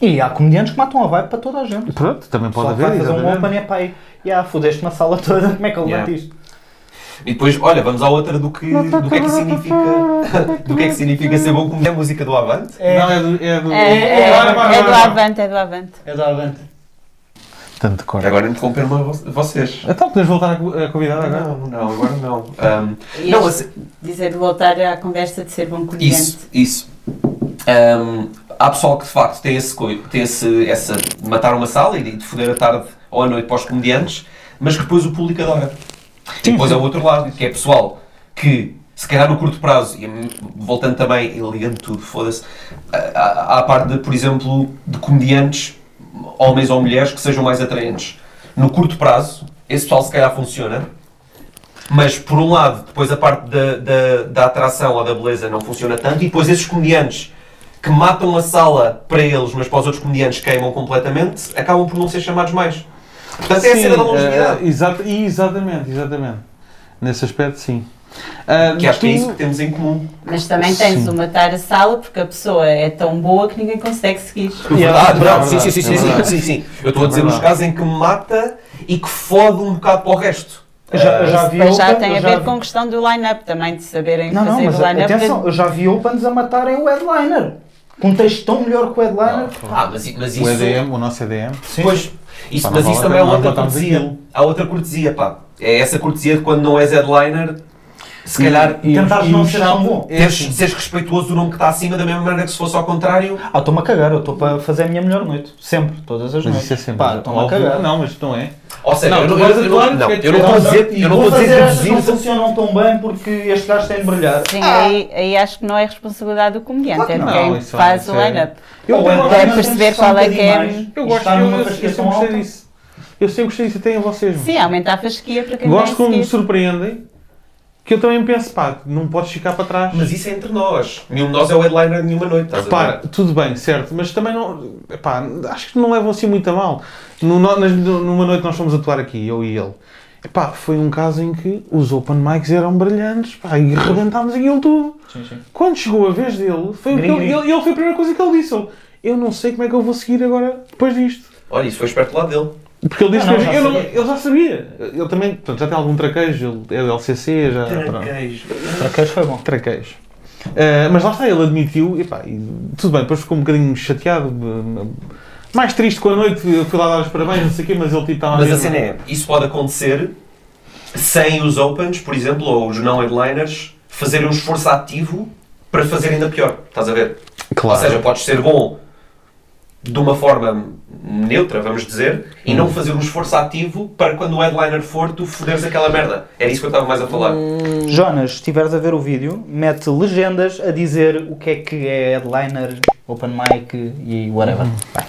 C: E há comediantes que matam a vibe para toda a gente.
A: pronto, também pode
C: Só que
A: haver,
C: vai fazer um
A: exatamente.
C: open é pai. Ya, fudeste uma sala toda, como é que eu levanto
B: Yeah.
C: isto?
B: E depois, olha, vamos à outra do que, do que é que significa. Do que é que significa ser bom como é a música do Avante.
A: Não, é do... É do,
D: É, é,
A: Bora, bora,
D: é do
A: bora, bora.
D: Avante, é do Avante.
C: É da Avante.
A: Tanto cor.
B: Agora interromperam a vo- vocês.
A: Então podemos voltar a co- a convidar agora?
B: Não, não, agora não. Ahm,
D: E
B: não,
D: este-
B: assim,
D: Dizer de voltar à conversa de ser bom comediante.
B: Isso, isso. Ahm, há pessoal que de facto tem esse coi- tem esse, essa de matar uma sala e de foder a tarde ou a noite para os comediantes, mas que depois o público adora. E depois há o outro lado, que é pessoal que se calhar no curto prazo, e hum, voltando também e ligando tudo, foda-se, há- há há a parte, de, por exemplo, de comediantes, homens ou mulheres, que sejam mais atraentes. No curto prazo, esse pessoal se calhar funciona, mas por um lado, depois a parte da, da, da atração ou da beleza não funciona tanto, e depois esses comediantes que matam a sala para eles, mas para os outros comediantes queimam completamente, acabam por não ser chamados mais. Portanto, é a cena da longevidade.
A: eh, exata- exatamente, exatamente. Nesse aspecto, sim. Ah,
B: que acho que é
A: tu-
B: isso que temos em comum.
D: Mas também tens
A: Sim.
D: o matar a sala porque a pessoa é tão boa que ninguém consegue seguir.
A: Yeah,
B: Verdade,
A: é
B: verdade. Ah,
A: verdade,
B: Sim, sim, sim,
A: é
B: sim, sim,
A: verdade.
B: sim, sim. Eu estou a dizer
A: verdade.
B: nos casos em que me mata e que fode um bocado para o resto.
C: Já, eu já
D: Isso
C: vi
D: depois já
C: open,
D: tem
C: eu
D: a
C: já
D: ver
C: vi-
D: com a questão do line-up também, de saberem
C: Não, não,
D: fazer é
C: mas
D: o line-up.
C: atenção, eu já vi opens a matarem o headliner. Com um texto tão melhor que o headliner.
B: Ah, mas, i- mas isso.
A: O EDM, o nosso EDM.
B: Pois, isso,
A: Pá, não
B: mas
A: vale
B: isso
A: a
B: também é
A: pena, não
B: outra
A: contámos
B: cortesia.
A: aquilo.
B: Há outra cortesia, pá. É essa cortesia de quando não és headliner, se calhar
A: E-
C: Tentares
A: e
C: não
A: o
C: ser
A: chão
C: tão bom.
A: é
B: teres,
A: assim.
B: seres respeituoso do nome que está acima, da mesma maneira que se fosse ao contrário.
C: Ah, estou-me a cagar, eu estou para fazer a minha melhor noite. Sempre, todas as
A: Mas
C: noites.
A: isso é sempre.
C: Pá, estou-me a
A: óbvio.
C: cagar.
A: Não, mas não é.
B: Ou seja,
E: Não,
B: eu não
E: tu vais
B: eu não-
E: atuar,
B: não,
E: quer
B: eu não estou a
A: um
E: dizer,
B: dizer,
C: E
B: eu não
C: vou
B: estou a
C: fazer
B: dizer
C: estas que não
B: reduzir.
C: funcionam tão bem porque este gajo tem de brilhar.
D: Sim, aí, aí acho que não é responsabilidade do comediante,
C: Claro que
D: é de
A: não,
D: quem
A: isso é-
D: faz
A: isso
D: o
A: é-
D: line-up.
C: Ou
A: Eu-
C: então
D: Para
C: nós
D: perceber
C: temos
D: qual é
C: um
D: que é-
C: bocadinho mais,
A: Eu gosto,
C: estar
A: eu,
C: numa
A: eu, eu
C: fasquia
A: sempre
C: tão
A: gostei
C: alta.
A: disso. Eu sempre gostei disso, até em vocês. meu.
D: Sim, aumentar a fasquia para quem
A: Gosto
D: tem
A: quando me
D: seguir.
A: surpreendem, que eu também penso, pá, não podes ficar para trás.
B: Mas isso é entre nós. Nenhum de nós é o headliner de nenhuma noite. Estás a
A: Repara,
B: ver?
A: tudo bem, certo, mas também não. Epá, acho que não levam assim muito a mal. No- no- nas- numa noite nós fomos atuar aqui, eu e ele. Epá, foi um caso em que os open mics eram brilhantes pá, e rebentámos aquilo tudo.
C: Sim, sim.
A: Quando chegou a vez dele, foi o que
C: Grim,
A: ele,
C: grim.
A: ele- ele foi a primeira coisa que ele disse. Ele, eu não sei como é que eu vou seguir agora depois disto.
B: Olha, isso foi esperto do lado dele.
A: Porque ele disse
C: Não,
A: que
C: não,
A: eu,
C: já
A: não-
C: sabia.
A: ele já sabia. Ele também portanto, já tem algum traquejo, ele é do LCC, já. pronto.
C: Traquejo foi bom.
A: traqueios. Ah, mas lá está, ele admitiu, epá, e tudo bem, depois ficou um bocadinho chateado, eh, mais triste com a noite, eu fui lá dar os parabéns, não sei o quê, mas ele tipo estava
B: Mas a
A: mesmo-
B: cena é, isso pode acontecer sem os opens, por exemplo, ou os não headliners fazerem um esforço ativo para fazer ainda pior. Estás a ver?
A: Claro.
B: Ou seja, podes ser bom de uma forma neutra, vamos dizer, e
A: Hum.
B: não fazer um esforço ativo para quando o headliner for, tu foderes aquela merda. Era isso que eu estava mais a falar.
A: Hum.
C: Jonas, se estiveres a ver o vídeo, mete legendas a dizer o que é que é headliner, open mic e whatever. Vai.
A: Uhum.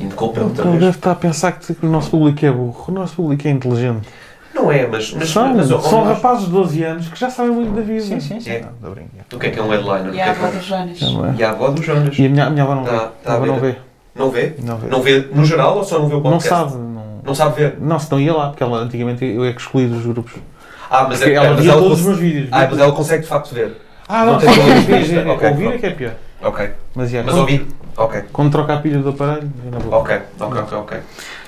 B: E me compra
A: ele
B: outra
A: ele deve
B: vez.
A: estar a pensar que o nosso público é burro, o nosso público é inteligente.
B: Não é, mas... mas,
A: são
B: mas, oh,
A: são
B: mas-
A: rapazes de 12 anos que já sabem muito da vida.
C: Sim, sim, sim.
B: É.
A: Não, estou a brincar.
B: O que é que é um headliner? O que
D: E a
B: é que é
D: avó
B: um-
D: do Jonas.
A: Não é?
B: E a avó do Jonas.
A: E a minha, a minha avó não vê.
B: Tá- tá
A: a
B: a
A: avó
B: ver.
A: não vê.
B: Não vê?
A: Não vê.
B: Não vê no geral ou só não vê o
A: Não
B: podcast?
A: sabe. Não,
B: Não sabe ver.
A: não, se não ia lá, porque ela antigamente eu é que excluí dos grupos.
B: Ah, mas,
A: Porque
B: é,
A: ela
B: mas
A: via
B: ela
A: todos os
B: cons-
A: meus vídeos.
B: Ah, mas ela consegue de facto ver.
A: Ah, não,
B: não
A: tem
B: tem
A: que
B: problema. Ok,
A: Ouvir é
B: pronto.
A: que é pior.
B: Ok.
A: Mas, yeah,
B: Mas
A: quando-
B: ouvi. Ok.
A: Quando troca a pilha do aparelho, é na boa.
B: Ok, ok, ok, ok.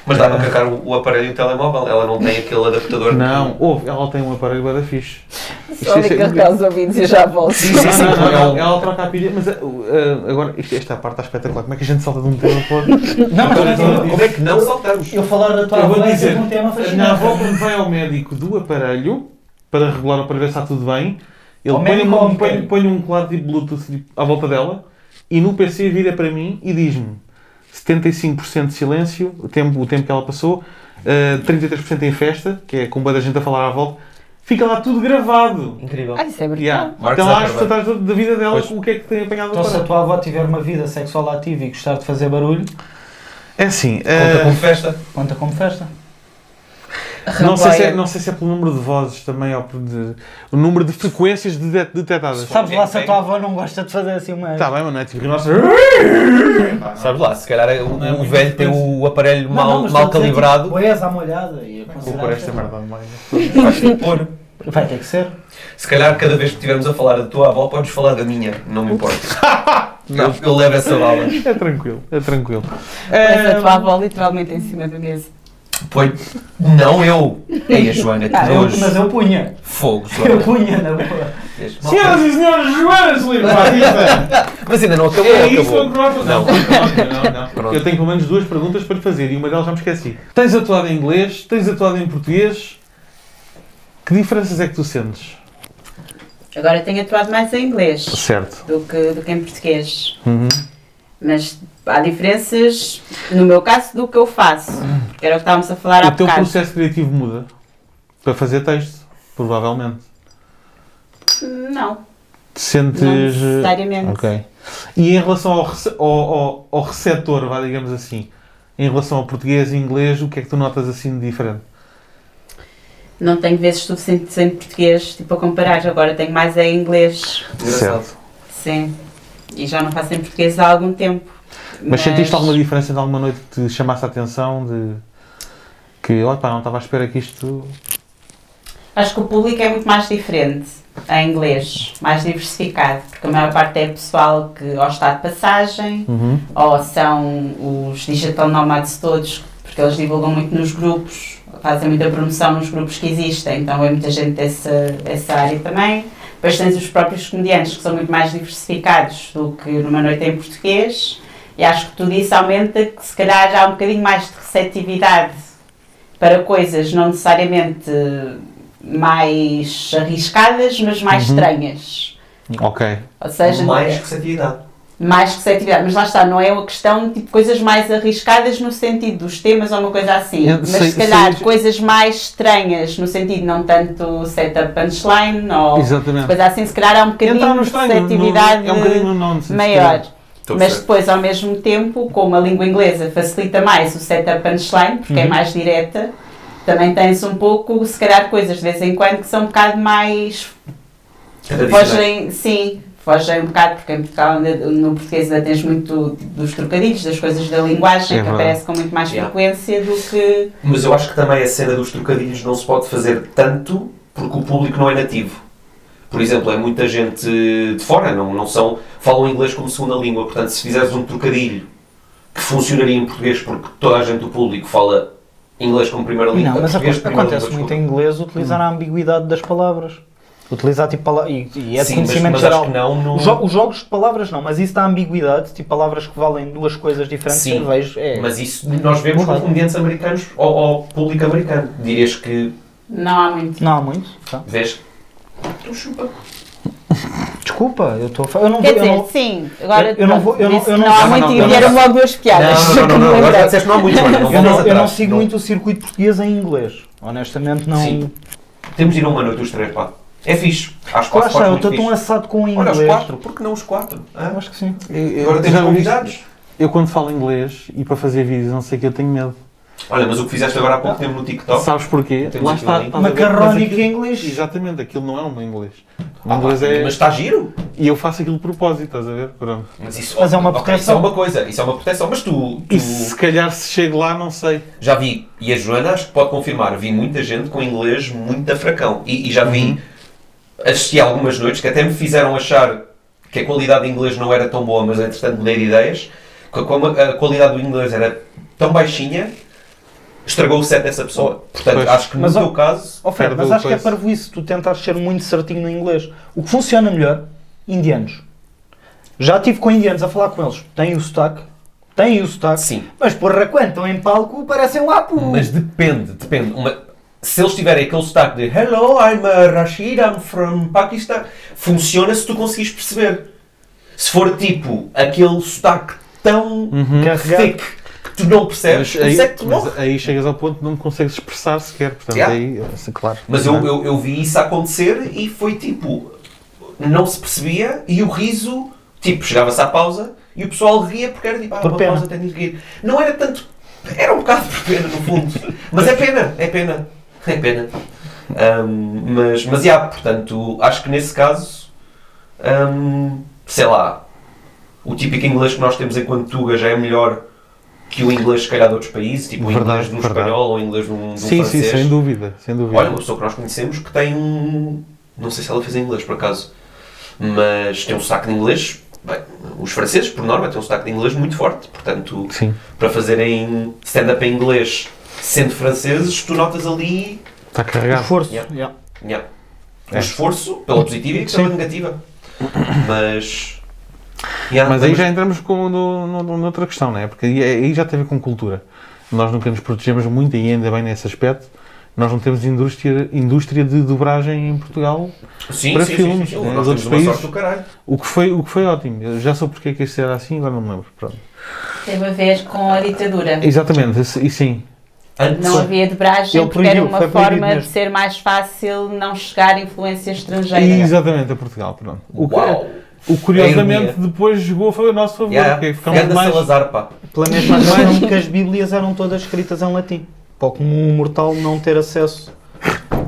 B: Mas dá para carregar o, o aparelho e o telemóvel, ela não tem aquele adaptador.
A: Não, ouve, ela tem um aparelho bada fixe.
F: Só
A: Isto é-
F: de carregar os ouvidos e já volto.
B: Sim, sim, sim.
A: Não, não,
B: é um-
A: não, ela troca a pilha, mas uh, uh, agora, isto- esta parte está espetacular. Como é que a gente salta de um tema para o outro?
C: Não, mas
B: Como como é que não saltamos?
C: eu falar da tua
A: Eu vou
C: avó é
A: dizer,
C: sempre um tema
A: a minha
C: fascinante.
A: avó, quando vai ao médico do aparelho, para regular o aparelho, ver se está tudo bem, ele
C: Ao
A: põe,
C: médico ou ao
A: um, põe,
C: mecânico?
A: põe um colar de Bluetooth tipo, à volta dela e no PC vira para mim e diz-me 75% de silêncio, o tempo, o tempo que ela passou, uh, 33% em festa, que é com bué da gente a falar à volta, fica lá tudo gravado.
C: Incrível.
D: Ah, isso é brutal.
A: Yeah.
B: Mark
A: Então lá
B: Zuckerberg.
A: atrás da da vida dela
B: Pois.
A: o que é que tem apanhado
C: Então se a
A: agora.
C: tua avó tiver uma vida sexual ativa e gostar de fazer barulho,
A: É assim,
B: Conta com
A: eh,
B: festa.
C: conta como festa.
A: não, sei se é,
F: Ramboia.
A: não sei se é pelo número de vozes também ou por de- o número de frequências de- de- detectadas.
B: Sabe-
C: Sabes lá se a tua avó não gosta de fazer assim uma...
A: Está bem, mas não é tipo que nós.
B: Ah,
E: Sabes lá, se calhar é
B: um,
E: o,
A: Não é
E: o
A: muito
E: velho tem o aparelho
C: Não,
E: mal,
C: não, mas estou a
E: mal
C: dizer,
E: calibrado.
C: Tipo, pois, à molhada e a
A: Vou
C: considerar
A: pôr esta
C: festa.
A: merda de meio.
B: Vais ter que pôr.
C: Vai ter que ser.
B: tipo, Se calhar cada vez que estivermos a falar da tua avó, podes falar da minha. Não me importa. Eu, eu levo essa bala.
A: É tranquilo, é tranquilo.
D: Mas a tua
A: Eh,
D: avó literalmente em cima da mesa.
B: Põe. Não eu. Ei, a Joana, que
C: Ah, eu- mas
B: nojo.
C: eu punha.
B: Fogo,
C: Eu
B: Joana.
C: punha na boa.
A: Senhoras e senhores, Joana Solino Batista!
E: Mas ainda não acabou,
A: É isso
E: acabou.
A: que nós
E: Não.
A: não,
E: Pronto.
A: Eu tenho pelo menos duas perguntas para lhe fazer e uma delas já me esqueci. Tens atuado em inglês, tens atuado em português. Que diferenças é que tu sentes?
D: Agora tenho atuado mais em inglês
A: Certo.
D: do que, do que em português.
A: Uhum.
D: Mas há diferenças, no meu caso, do que eu faço. Porque era o que estávamos a falar há
A: O teu
D: bocado.
A: processo criativo muda para fazer texto, provavelmente.
D: Não,
A: Te sentes.
D: não necessariamente.
A: eh, Ok. E em relação ao, rece- ao, ao, ao receptor, vá, digamos assim, em relação ao português e inglês, o que é que tu notas assim de diferente?
D: Não tenho vezes suficientes em português, tipo, a comparar. Agora tenho mais em inglês.
B: Engraçado.
D: Sim. E já não faço em português há algum tempo.
A: Mas, sentiste alguma diferença de alguma noite que te chamasse a atenção de que opa, não estava à espera que isto.
D: Acho que o público é muito mais diferente em inglês, mais diversificado, porque a maior parte é pessoal que ou está de passagem, ou são os digital nomads todos, porque eles divulgam muito nos grupos, fazem muita promoção nos grupos que existem, então é muita gente dessa, dessa área também. Depois tens os próprios comediantes, que são muito mais diversificados do que numa noite em português, e acho que tudo isso aumenta que se calhar já há um bocadinho mais de receptividade para coisas não necessariamente mais arriscadas, mas mais estranhas.
A: Ok.
D: Ou seja, não é-
B: Mais receptividade.
D: mais receptividade, mas lá está, não é uma questão de tipo, coisas mais arriscadas no sentido dos temas ou uma coisa assim,
A: Eu
D: mas
A: sei-
D: se calhar
A: sei-
D: coisas mais estranhas no sentido não tanto setup punchline ou
A: Exatamente.
D: coisa assim, se calhar Oh, há um
A: Entrar
D: bocadinho
A: no
D: de
A: estranho. no-
D: receptividade
A: É um bocadinho no nonsense.
D: maior.
B: Estou a
D: Mas
B: perceber.
D: depois, ao mesmo tempo, como a língua inglesa facilita mais o setup punchline, porque é
A: Uhum.
D: mais direta, também tens um pouco, se calhar, coisas de vez em quando que são um bocado mais.
B: Tradicionais.
D: Fogem, sim, fogem um bocado, porque em Portugal, ainda- no português, ainda tens muito dos trocadilhos, das coisas da linguagem,
A: É
D: que
A: verdade.
D: aparece com muito mais
B: Yeah.
D: frequência do que.
B: Mas eu acho que também a cena dos trocadilhos não se pode fazer tanto porque o público não é nativo. Por exemplo, é muita gente de fora, não, não são, falam inglês como segunda língua, portanto se fizeres um trocadilho que funcionaria em português porque toda a gente do público fala inglês como primeira língua,
C: Não, mas
B: português
C: aco-
B: primeira
C: acontece
B: língua,
C: muito
B: desculpa.
C: em inglês utilizar
B: Hum.
C: a ambiguidade das palavras. Utilizar tipo pala- e, e é de
B: Sim, mas-
C: conhecimento
B: mas
C: geral.
B: acho que não no-
C: Os, jo- os jogos de palavras não, mas isso dá ambiguidade, tipo palavras que valem duas coisas diferentes,
B: Sim,
C: eu vejo. É.
B: Mas isso nós vemos com
C: Claro.
B: comediantes americanos ou, ou público americano. Dirias que
D: Não há muito.
C: Não há muito. tá.
B: vês. Tu chupa.
C: Desculpa, eu estou a falar. Eu não
D: Quer
C: vou. eu
D: dizer,
C: não-
D: sim, agora.
C: eu não vou- eu não-
D: disse
C: eu
D: que
C: não-
D: há
B: Não,
D: muito
B: não,
D: e
B: não,
D: vieram
B: não.
D: logo duas piadas.
B: Não, não, não,
D: que
B: não,
D: me
B: agora já
D: lembrei.
B: disseste não há muito, mano. Não
C: eu
B: voltas
C: não, eu não
B: atrás.
C: sigo
B: Não.
C: muito o circuito português em inglês. Honestamente, não.
B: Sim. Temos de ir a uma noite os três, pá. É fixe. Acho que
C: Lá
B: quase
C: está, eu
B: muito
C: estou tão
B: fixe.
C: assado com o
B: Olha,
C: inglês.
B: os quatro. Por que não os quatro?
C: Eu
B: Hã?
C: Acho que sim.
B: Agora
A: Já
B: temos
A: viste?
B: convidados.
A: Eu quando falo inglês e para fazer vídeos, não sei o que, eu tenho medo.
B: Olha, mas o que fizeste agora há pouco tempo no TikTok...
A: Sabes porquê?
B: Temos
A: Lá
B: Oh. aqui
A: está.
B: um
A: estás
B: link.
A: a ver? Mas
C: Macarrónico
A: aquilo-
C: em inglês.
A: Exatamente, aquilo não é um inglês. O
B: Ah,
A: inglês é.
B: Mas está giro.
A: E eu faço aquilo de propósito, estás a ver? Pronto.
B: Mas, isso,
C: Mas é uma
B: ok,
C: proteção.
B: isso é uma coisa. Isso é uma proteção. Mas tu... tu-
A: E se calhar se chego lá, não sei.
B: Já vi, e a Joana acho que pode confirmar, vi muita gente com inglês muito a fracão. E, e já vi,
C: Uhum.
B: assisti a algumas noites que até me fizeram achar que a qualidade de inglês não era tão boa, mas entretanto mudei de ideias, que como a, a qualidade do inglês era tão baixinha, estragou o set dessa pessoa. Portanto,
A: Pois.
B: acho que no
C: Mas, ó-
B: teu caso...
C: Oh, Fred,
A: Perde
C: mas
A: o
C: acho que é
A: coisa.
C: para isso tu tentares ser muito certinho no inglês. O que funciona melhor, indianos. Já estive com indianos a falar com eles. Têm o sotaque. Têm o sotaque.
B: Sim.
C: Mas porra, quando estão em palco, parecem um apu.
B: Mas depende, depende. Uma- se eles tiverem aquele sotaque de Hello, I'm uh, Rashid, I'm from Pakistan, funciona se tu conseguires perceber. Se for tipo aquele sotaque tão
C: Carregado.
B: thick que tu não percebes,
A: Uhum. Mas aí,
B: mas, é que tu
A: mas
B: morre.
A: aí chegas ao ponto de não me consegues expressar sequer. Portanto,
B: Yeah.
A: aí, é, claro.
B: Mas eu, eu, eu vi isso acontecer e foi tipo, não se percebia e o riso, tipo, chegava-se à pausa e o pessoal ria porque era tipo, ah,
C: Por
B: uma
C: pena.
B: pausa tem de rir. Não era tanto, era um bocado por pena no fundo, mas é pena, é pena, é pena. Ahm, mas, mas, yeah, portanto, acho que nesse caso, ahm, sei lá, o típico inglês que nós temos enquanto Tuga já é melhor que o inglês, se calhar, de outros países, tipo o
A: Verdade,
B: inglês de um
A: verdade.
B: espanhol ou o inglês de um, de um
A: Sim, sim,
B: francês.
A: sem dúvida. Sem dúvida.
B: Olha, uma pessoa que nós conhecemos que tem um. Não sei se ela fez em inglês por acaso, mas tem um sotaque de inglês. Bem, os franceses, por norma, têm um sotaque de inglês muito forte. Portanto,
A: Sim.
B: para fazerem stand-up em inglês sendo franceses, tu notas ali
A: Está tá carregado.
C: Esforço.
B: Yeah.
C: yeah.
B: yeah, o
A: É.
B: esforço pela positiva e pela
C: Sim.
B: negativa. Mas. yeah,
A: Mas aí já é entramos com, no, no- noutra questão, não é? Porque aí, aí já tem a ver com cultura. Nós nunca nos protegemos muito, e ainda bem nesse aspecto. Nós não temos indústria, indústria de dobragem em Portugal,
B: sim,
A: para
B: sim, sim,
A: filmes,
B: sim, sim.
A: né,
B: Nós
A: nos outros
B: temos uma sorte
A: países.
B: do caralho.
A: o que foi, o que foi ótimo. Eu já soube porque é que isso era assim, agora não me lembro. Pronto.
D: Teve a ver com a
B: É
D: ditadura.
A: Exatamente, e sim.
B: Antes,
D: Não havia dobragem
C: Ele
D: porque era
C: proibiu,
D: uma
C: foi proibido
D: forma de
C: mesmo.
D: ser mais fácil não chegar a influência estrangeira.
A: Exatamente, a Portugal, pronto. O, que-
B: Uau!
A: o que curiosamente
B: A
A: depois jogou foi o nosso favor,
B: Yeah,
A: porque ficamos
B: Ganda
A: mais...
B: Salazar, pá.
C: Pela mesma razão que as bíblias eram todas escritas em latim. Para como um mortal não ter acesso.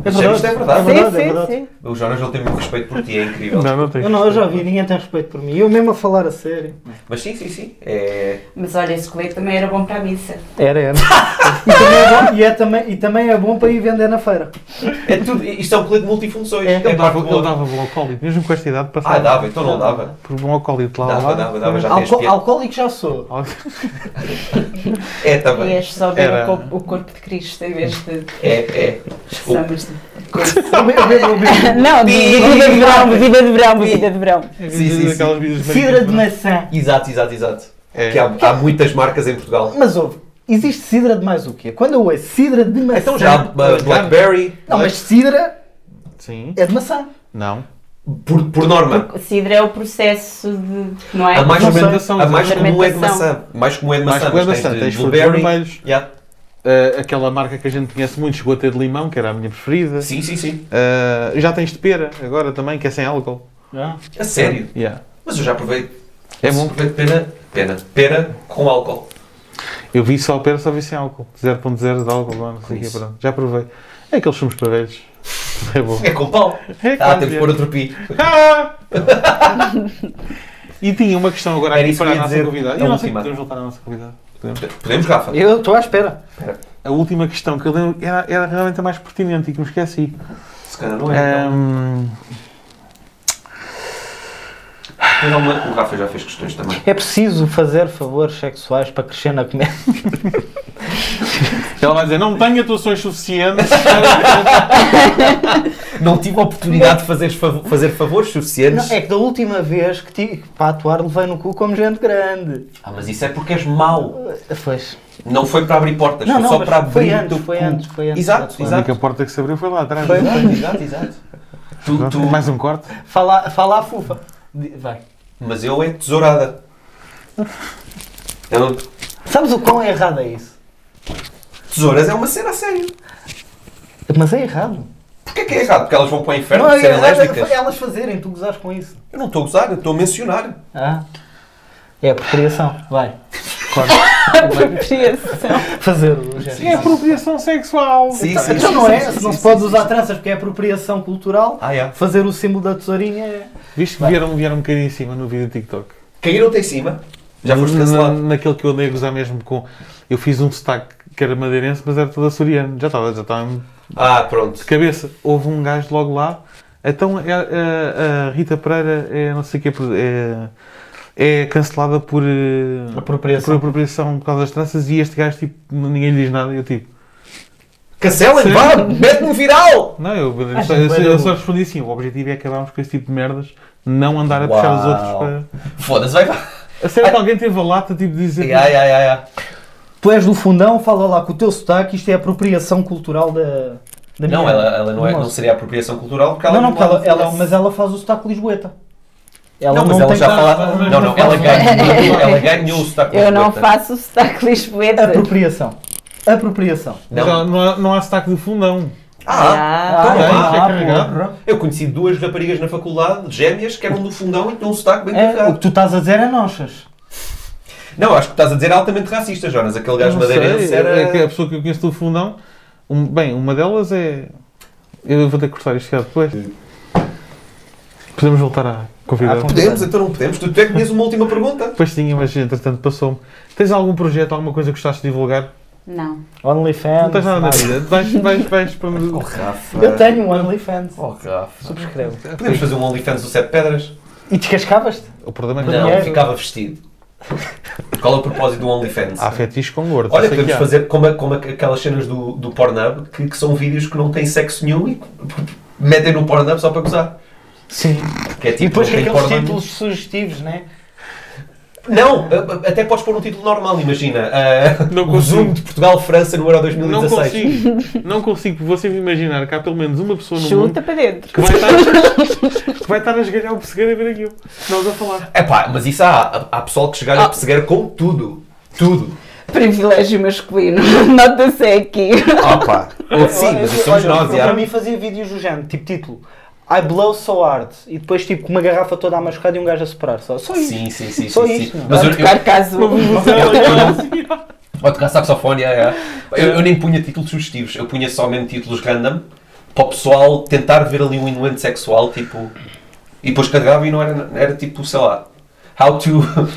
C: É
B: Isto é- isto é verdade.
C: É verdade, é verdade.
D: sim.
B: O Jonas não tem muito respeito por ti, é incrível.
A: Não, não tem.
C: Eu não, eu já vi, ninguém tem respeito por mim. Eu mesmo a falar a sério.
B: Mas sim, sim, sim. É...
D: Mas olha, esse colete também era bom para a missa.
C: Era, era. e, também é bom, e, é também, e também é bom para ir vender na feira.
B: É tudo, isto é um colete multifunções. É,
A: Ele
B: parte
A: dava,
B: boa.
A: ele dava bom alcoólico, mesmo com esta idade passava.
B: Ah, dava, então não dava.
A: Por bom alcoólico lá
B: Dava,
A: lá.
B: dava, dava, já tens
C: Alco
B: piada.
C: alcoólico já sou.
B: É, tá
D: E
B: bem.
D: és só ver
A: Era-
D: o, corpo, o corpo de Cristo em vez de
B: É, é.
D: sambas de
C: Eu bebo- eu bebo- eu bebo
F: Não, de- bebida de verão, bebida de verão, bebida de verão.
A: Sim,
B: Sim, sim, sim.
A: Aquelas vidas
C: Cidra de
A: marítimas.
C: maçã.
B: Exato, exato, exato.
A: É.
B: Que há, há muitas marcas em Portugal.
C: Mas ouve, existe cidra de mais o quê? Quando eu ouço cidra de
A: É,
C: maçã.
B: Então já há uh, Blackberry,
C: Não, mas cidra
A: Sim.
C: é de maçã.
A: Não.
B: por, por norma.
D: Cidra é o processo de. Não é?
B: A mais,
A: Não
B: comum,
A: sei.
B: a mais comum é de
D: Fermentação.
B: maçã. Mais comum é de
A: Mais
B: maçã.
A: com é
B: mas tens
A: maçã,
B: de
A: tens frutos
B: blueberry.
A: vermelhos.
B: Yeah.
A: Ah, aquela marca que a gente conhece muito, chegou a ter de limão, que era a minha preferida.
B: Sim, sim, sim.
A: Ah, já tens de pera agora também, que é sem álcool.
B: A sério.
A: Yeah.
B: Mas eu já provei.
A: É bom.
B: Provei pena, pena. Pera com álcool.
A: Eu vi só pera, só vi sem álcool. 0.0 de álcool, lá, não sei o quê,
B: Isso.
A: pronto. Já provei. É aqueles filmes para velhos. É bom.
B: É com pau.
A: É
B: Ah,
A: quase,
B: temos de
A: é.
B: pôr outro pi.
A: Ah! e tinha uma questão agora
B: Era
A: aqui
B: isso
A: para a
B: que eu ia
A: nossa
B: dizer,
A: convidada.
B: da
A: Eu não sei que
B: última.
A: podemos voltar à nossa convidada. Podemos.
B: Podemos,
A: É.
B: Rafa?
C: Eu estou à espera.
A: A última questão que eu lembro era, era realmente a mais pertinente e que me esqueci.
B: Se calhar não é. então.
A: Ahm,
B: Tem alguma- O Rafa já fez questões também.
C: É preciso fazer favores sexuais para crescer na comédia.
A: ela vai dizer, não tenho atuações suficientes.
E: Não tive a oportunidade de fazer, fav- fazer favores suficientes.
C: Não, é que da última vez que tive para atuar levei no cu como gente grande.
B: Ah, mas isso é porque és mau.
C: Pois.
B: Não foi para abrir portas,
C: Não,
B: foi
C: não,
B: só
C: mas
B: para abrir
C: foi
B: o
C: antes,
B: teu
C: foi
B: cu.
C: antes, foi antes da
B: Exato,
C: tua.
A: a única
B: exato.
A: porta que se abriu foi lá atrás.
C: Foi.
B: Exato, exato, exato. Tu, tu-
A: Mais um corte.
C: Fala, fala à fufa. Di- Vai.
B: Mas eu é tesourada. Então,
C: Sabes o quão errado é isso?
B: tesouras é uma cena a sério.
C: Mas é errado.
B: Porquê que é errado? Porque elas vão para o inferno
C: não
B: por
C: é
B: serem
C: errado
B: lésbicas?
C: é elas fazerem, tu gozares com isso.
B: Eu não estou a gozar, eu estou a mencionar.
C: Ah. É apropriação. Vai.
F: Apropriação.
C: Fazer o gesto.
A: É apropriação sexual.
B: Sim,
A: Então,
B: sim.
C: Então não é, se não se pode usar tranças porque é apropriação cultural,
B: Ah, é.
C: fazer o símbolo da tesourinha é.
A: Viste que vieram, vieram um bocadinho em cima no vídeo do TikTok.
B: Caíram-te em cima. Já foste cancelado.
A: Na- Naquele que eu andei a gozar mesmo com. Eu fiz um sotaque que era madeirense, mas era todo açoriano. Já estava, já estava mesmo
B: Ah, pronto.
A: de cabeça. Houve um gajo logo lá. Então é- a, a Rita Pereira é não sei o que é, é cancelada por, eh, por
C: Apropriação.
A: apropriação por causa das tranças e este gajo tipo, ninguém lhe diz nada. Eu tipo,
B: Cancelem,
A: Sim.
B: vá, mete-me um viral!
A: não, eu, eu
C: Acho
A: só, eu, só-
C: bem
A: eu
C: da
A: só
C: boa.
A: respondi assim: o objetivo é acabarmos com esse tipo de merdas, não andar a puxar os outros
B: Uau. Ah.
A: para.
B: Foda-se, vai, vai.
A: A sério que alguém teve a lata tipo, de dizer.
B: Ai, ai, ai, ai.
C: Tu és do fundão, fala lá com o teu sotaque, isto é apropriação cultural da. da
B: Não,
C: minha-
B: ela, ela não, é, não
C: Nossa.
B: seria apropriação cultural porque ela
C: Não, não, porque ela, ela-
B: não-
C: mas ela faz o sotaque lisboeta. Ela é
B: não,
C: não,
B: mas ela
C: tem
B: já
A: que-
B: falava.
A: Mas
B: Não,
A: não
B: não, ela
A: faz-
B: ganhou, ela ganhou o sotaque
F: Eu não
B: lisboeta.
F: faço sotaque lisboeta.
C: apropriação. Apropriação.
A: Mas
B: Não.
A: ela- não, há, não há sotaque do fundão.
B: Ah,
F: Ah,
B: Então vá,
A: é
C: ah,
A: carregado.
C: porra.
B: eu conheci duas raparigas na faculdade, gêmeas, que eram do fundão e tinham um sotaque bem
C: É, o
B: carregado.
C: que tu estás a dizer é nochas.
B: Não, acho que estás a dizer altamente racista, Jonas. Aquele gajo
A: Não sei,
B: madeirense
A: é que
B: era.
A: a pessoa que eu conheço do fundão. um- bem, uma delas é. Eu vou ter que cortar isto cá depois. Podemos voltar à
C: À
A: convidada.
C: convidada.
B: Podemos, então não podemos. Tu tu é que tinhas uma última pergunta.
A: Depois tinha, mas entretanto passou-me. Tens algum projeto, alguma coisa que gostaste de divulgar?
D: Não.
A: Não
C: OnlyFans.
A: tens nada na vida. Vais, vais, vais para.
B: Rafa.
C: Eu tenho um OnlyFans.
B: Oh, Rafa.
C: Subscrevo.
B: Podemos fazer um OnlyFans do Sete Pedras?
C: E descascavas-te?
A: O problema é que
B: Não,
C: Dinheiro.
B: ficava vestido. Qual é o propósito do OnlyFans?
A: Há fetiches com gordo.
B: Olha,
A: sei
B: podemos
A: que há.
B: fazer como, a- como a- aquelas cenas do, do Pornhub que, que são vídeos que não têm sexo nenhum e que metem no Pornhub só para gozar.
C: Sim.
B: Que é tipo,
C: E depois com
B: não tem
C: aqueles
B: porno
C: títulos sugestivos, né?
B: nenhum. Não, a- a- até podes pôr um título normal, imagina. ah,
A: Não
B: o
A: consigo.
B: Zoom de Portugal-França no Euro 2016.
A: Não consigo. Não consigo, porque vou sempre imaginar que há pelo menos uma pessoa no mundo
F: Uhum. chuta para dentro.
A: que vai estar, que vai estar a esgalhar o pessegueiro a ver aquilo. Nós a falar.
B: Epá, mas isso há, há pessoal que chegar a
C: Ah.
B: perseguir com tudo. Tudo.
F: Privilégio masculino. Nota-se
D: é
F: aqui.
B: Opa. Sim, mas isso somos
C: Ah, Olha,
B: nós,
C: eu
B: já.
C: Para mim fazia vídeos do género, tipo título. I blow so hard. E depois tipo com uma garrafa toda amascada e um gajo a soprar. Só, só isso.
B: Sim, sim, sim.
C: Só
B: sim,
C: isto,
B: sim.
C: não é?
B: Mas eu, eu,
F: Tocar caso.
D: um.
B: Ou tocar saxofone, é, é. Eu, eu nem punha títulos sugestivos, eu punha só mesmo títulos random para o pessoal tentar ver ali um inuendo sexual, tipo. E depois carregava e não era, era tipo, sei lá. How to.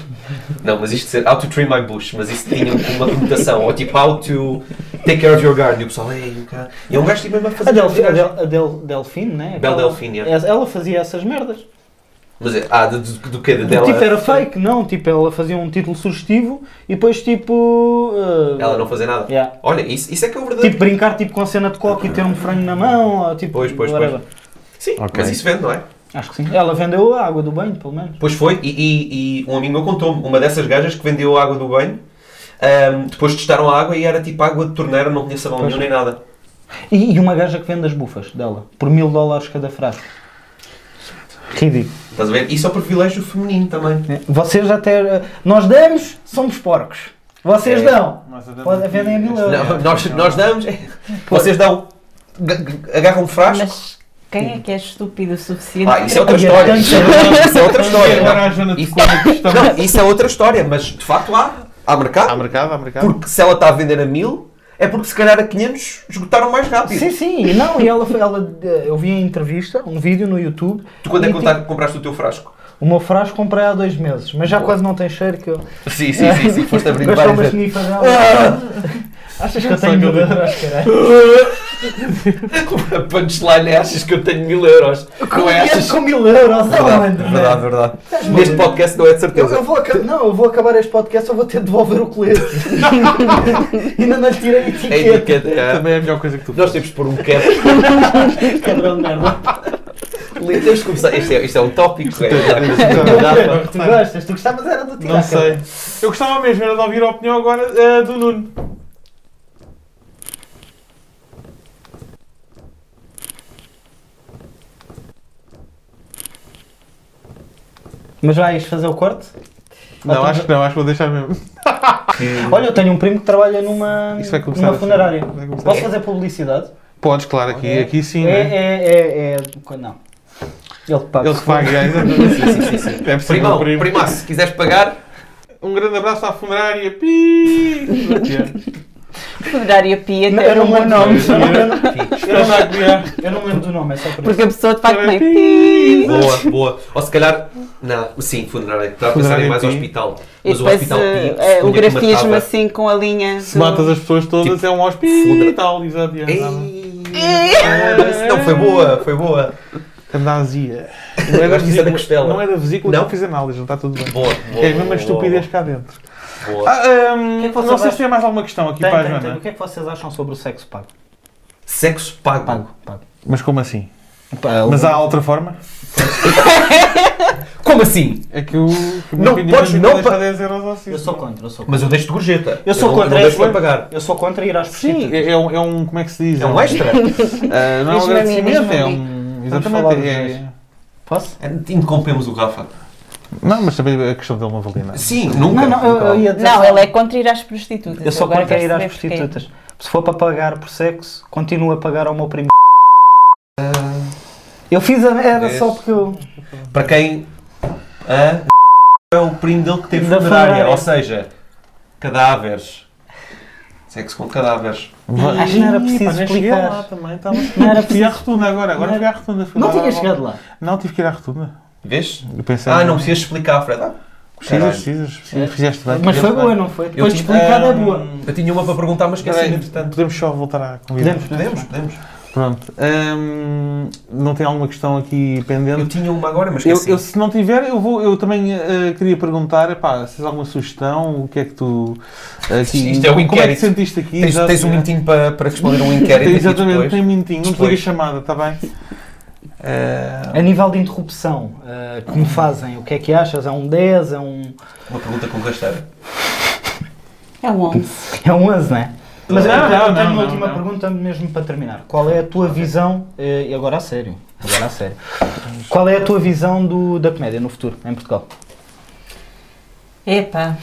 B: Não, mas isto ser. How to trim my bush, mas isso tinha uma conotação. ou tipo, how to Take care of your garden. E o pessoal, ei, o cara. E é um gajo que mesmo a fazer.
C: A, Delfi, a,
B: gajo.
C: Del, a Del, Delfine, né?
B: Bel
C: Aquela-
B: Delfine, é.
C: Ela fazia essas merdas.
B: Mas é, ah, do, do, do quê? Da dela? é
C: Tipo, era fake, não. Tipo, ela fazia um título sugestivo e depois, tipo. eh,
B: Ela não fazer nada.
C: yeah.
B: Olha, isso, isso é que é o verdadeiro.
C: Tipo, brincar tipo, com a cena de coque e ter um frango na mão. Ou, tipo,
B: Pois, pois, pois.
C: whatever.
B: Sim,
E: Ok.
B: mas isso vende, não é?
C: Acho que sim. Ela vendeu a água do banho, pelo menos.
B: Pois foi, e, e- e um amigo meu contou-me, uma dessas gajas que vendeu a água do banho, ahm, depois testaram a água e era tipo água de torneira, não tinha sabão
C: Pois.
B: nenhum nem nada.
C: E, e uma gaja que vende as bufas dela, por mil dólares cada frasco. Ridículo.
B: Estás a ver? Isso é o privilégio feminino também.
C: É, Vocês até. Nós damos, somos porcos. Vocês
B: É.
C: dão.
A: Nós
C: Pode- vendem a mil euros.
A: É.
B: Não, nós, nós damos, é. vocês dão, g- g- agarram um frasco.
D: Mas quem é que é estúpido o suficiente?
B: Ah, isso é outra
C: Ai, é
B: história.
C: tanto-
B: Isso é- isso é outra história.
A: Agora
B: não.
A: a zona um de
B: Isso-
A: cor que estamos.
B: Não, isso é outra história, mas de facto há, há
A: Há
B: mercado.
A: mercado, há mercado.
B: Porque se ela está a vender a mil, é porque se calhar a 500 esgotaram mais rápido.
C: Sim, sim. E Não, e ela, foi- ela. eh, Eu vi a entrevista, um vídeo no YouTube.
B: Tu quando é
C: e
B: que
C: tipo,
B: conta- compraste o teu frasco?
C: O meu frasco comprei há dois meses, mas já quase não tem cheiro que eu.
B: Sim, sim, sim, sim. Foste abrir
C: Gastou umas
B: várias vezes.
C: nifas
B: Ah,
C: dela. Achas que eu
A: Só
C: tenho
A: que eu
C: medo de
A: digo.
C: caralho?
B: A punchline é achas que eu tenho mil euros. Não é achas é
C: Com mil euros, oh,
B: Verdade,
C: mano,
B: verdade, verdade. Neste podcast não é de
C: Eu, eu
B: certeza.
C: vou aca- não, eu vou acabar este podcast, eu vou ter de devolver o colete. Ainda não tirei a
B: É
C: etiqueta.
B: etiqueta. é.
A: Também é a melhor coisa que tu
B: Nós temos de pôr um cap.
C: Cabrão de merda.
B: Temos de começar. Isto é, isto é um tópico. é-
A: Não,
C: Tu gostas, tu gostavas era do
A: Não
C: tirar,
A: sei.
C: cara.
A: Eu gostava mesmo era de ouvir a opinião agora eh, do Nuno.
C: Mas vais fazer o corte?
A: Não,
C: Mas-
A: acho que não, acho que vou deixar mesmo.
C: Olha, eu tenho um primo que trabalha numa,
A: Isso vai começar
C: numa
A: a ser-
C: funerária.
A: vai começar a
C: Posso
A: ser.
C: fazer publicidade?
A: Podes, claro, aqui, aqui sim.
C: É,
A: né?
C: é, é, é, co- Não. Ele que paga.
A: Ele que paga
B: Sim, sim, sim, sim.
A: É possível,
B: Primão,
A: primo.
B: prima, se quiseres pagar,
A: Um grande abraço à funerária. Pi!
F: Funerária Pia
C: Não,
F: até
D: um
C: eu não
F: uma
C: lembro não,
A: nome.
C: eu não- eu não-
A: Espetacular.
C: eu não lembro do nome, é só por isso.
F: Porque a pessoa de facto
B: é
A: Também
F: bem.
A: pi.
B: boa, boa. Ou se calhar, não, sim, funerária. Estava a pensar em mais
A: Funerária,
B: hospital.
F: E
B: Mas o
F: depois
B: hospital
D: é,
F: eh,
B: Pio,
F: eh, o
B: tinha que
F: grafismo
B: matava-
F: assim com a linha.
A: Se matas as pessoas todas, é um
B: fudra.
A: hospital. Exato, já.
B: Ei,
A: dá-
B: Não, foi boa, foi boa.
A: Andazia.
B: Eu acho que isso é da costela.
A: Não é da vesícula
B: Não?
A: que eu fiz análise, não está tudo bem.
B: Boa, boa.
A: É mesmo
B: boa,
A: a estupidez cá dentro.
B: boa, boa.
A: Ah, hum,
C: Oh. que é que vocês
A: não sei se
C: acham?
A: tem mais alguma questão aqui
C: Tem,
A: para a
C: tem,
A: Joana.
C: tem. O que é que vocês acham sobre o sexo pago?
B: Sexo pago.
C: pago.
A: Mas como assim?
C: Pá,
A: Mas há outra forma?
B: Como assim?
A: É que o. Que o
B: Não,
A: meu
B: podes
A: filho
B: não
A: deixa
B: pa-
A: 10 euros ao sítio.
C: Eu sou contra, eu sou contra.
B: Mas eu deixo de gorjeta.
C: Eu sou
B: não-
C: contra
B: não deixo para
C: esse-
B: pagar.
C: Eu sou contra ir às
A: Sim,
C: prostitutas.
A: é, é um, é um. Como é que se diz?
B: É um extra.
A: Ah, não é um
F: Diz-me a mim,
A: agradecimento,
F: diz-me a
A: é
F: mim.
A: um.
C: Vamos falar dos
A: Exatamente. é-
C: dois. Posso?
B: Interrompemos É, o Rafa.
A: Não, mas também a questão dele não valia nada.
B: Sim, nunca.
C: Não, não, eu, eu ia dizer.
F: Não,
C: só-
F: ele é contra ir às prostitutas.
C: um- Eu sou
F: Agora
C: contra
F: quero
C: ir às
F: saber porquê.
C: prostitutas. Se for para pagar por sexo, continuo a pagar ao meu primo. Ah. Eu fiz a. Era
B: Vês?
C: só porque eu.
B: Para quem. Hã? é o primo dele que teve
C: Da
B: funerária.
C: funerária.
B: Ou seja, cadáveres. Sexo com cadáveres.
C: Acho que não era preciso
A: Ih, pá, nem cheguei
C: explicar.
A: lá também, tá bom.
C: Não era
A: Fui à
C: preciso.
A: rotunda agora, agora
C: Não
A: fui à rotunda. fui
C: Não
A: lá
C: tinha
A: dar a
C: chegado lá.
A: volta. Não, tive que ir à rotunda.
B: Vês?
A: Eu pensei. um-
B: Ah, não precisas explicar, Fred. Ah, caralho.
A: Precisas, precisas. precisas, Fizeste bem.
C: Mas foi
B: Eu-
C: boa, não foi? Depois de
B: tive-
C: explicada é
A: Ahm,
C: boa.
B: Eu tinha uma para perguntar, mas
A: Espera aí,
B: esqueci-me entretanto.
A: Podemos só voltar à convidar.
B: Podemos, podemos.
A: Pronto. Hum, não tem alguma questão aqui
B: Eu
A: pendente?
B: tinha uma agora, mas
A: Eu,
B: esqueci.
A: eu, se não tiver, eu, vou, eu também eh, queria perguntar, epá, se tens alguma sugestão, o que é que tu... Aqui,
B: Isto é
A: Como é
B: um
A: que
B: inquérito.
A: te sentiste aqui?
B: Tens,
A: Exato,
B: tens um
A: é.
B: minutinho para, para responder um inquérito aqui
A: Exatamente,
B: depois.
A: tem um minutinho. Não
B: Depois.
A: desliga a chamada, está bem? Eh,
C: A nível de interrupção ah, que me fazem, o que é que achas? É um 10? É um.
B: Uma pergunta com rasteira.
D: É um 11.
C: É um 11, não é? Mas
A: Não,
C: eu tenho-
A: não,
C: eu tenho
A: não,
C: uma
A: não,
C: última
A: não.
C: pergunta mesmo para terminar. Qual é a tua visão, eh, e agora a sério, agora a sério, qual é a tua visão do, da comédia no futuro, em Portugal?
D: Epá.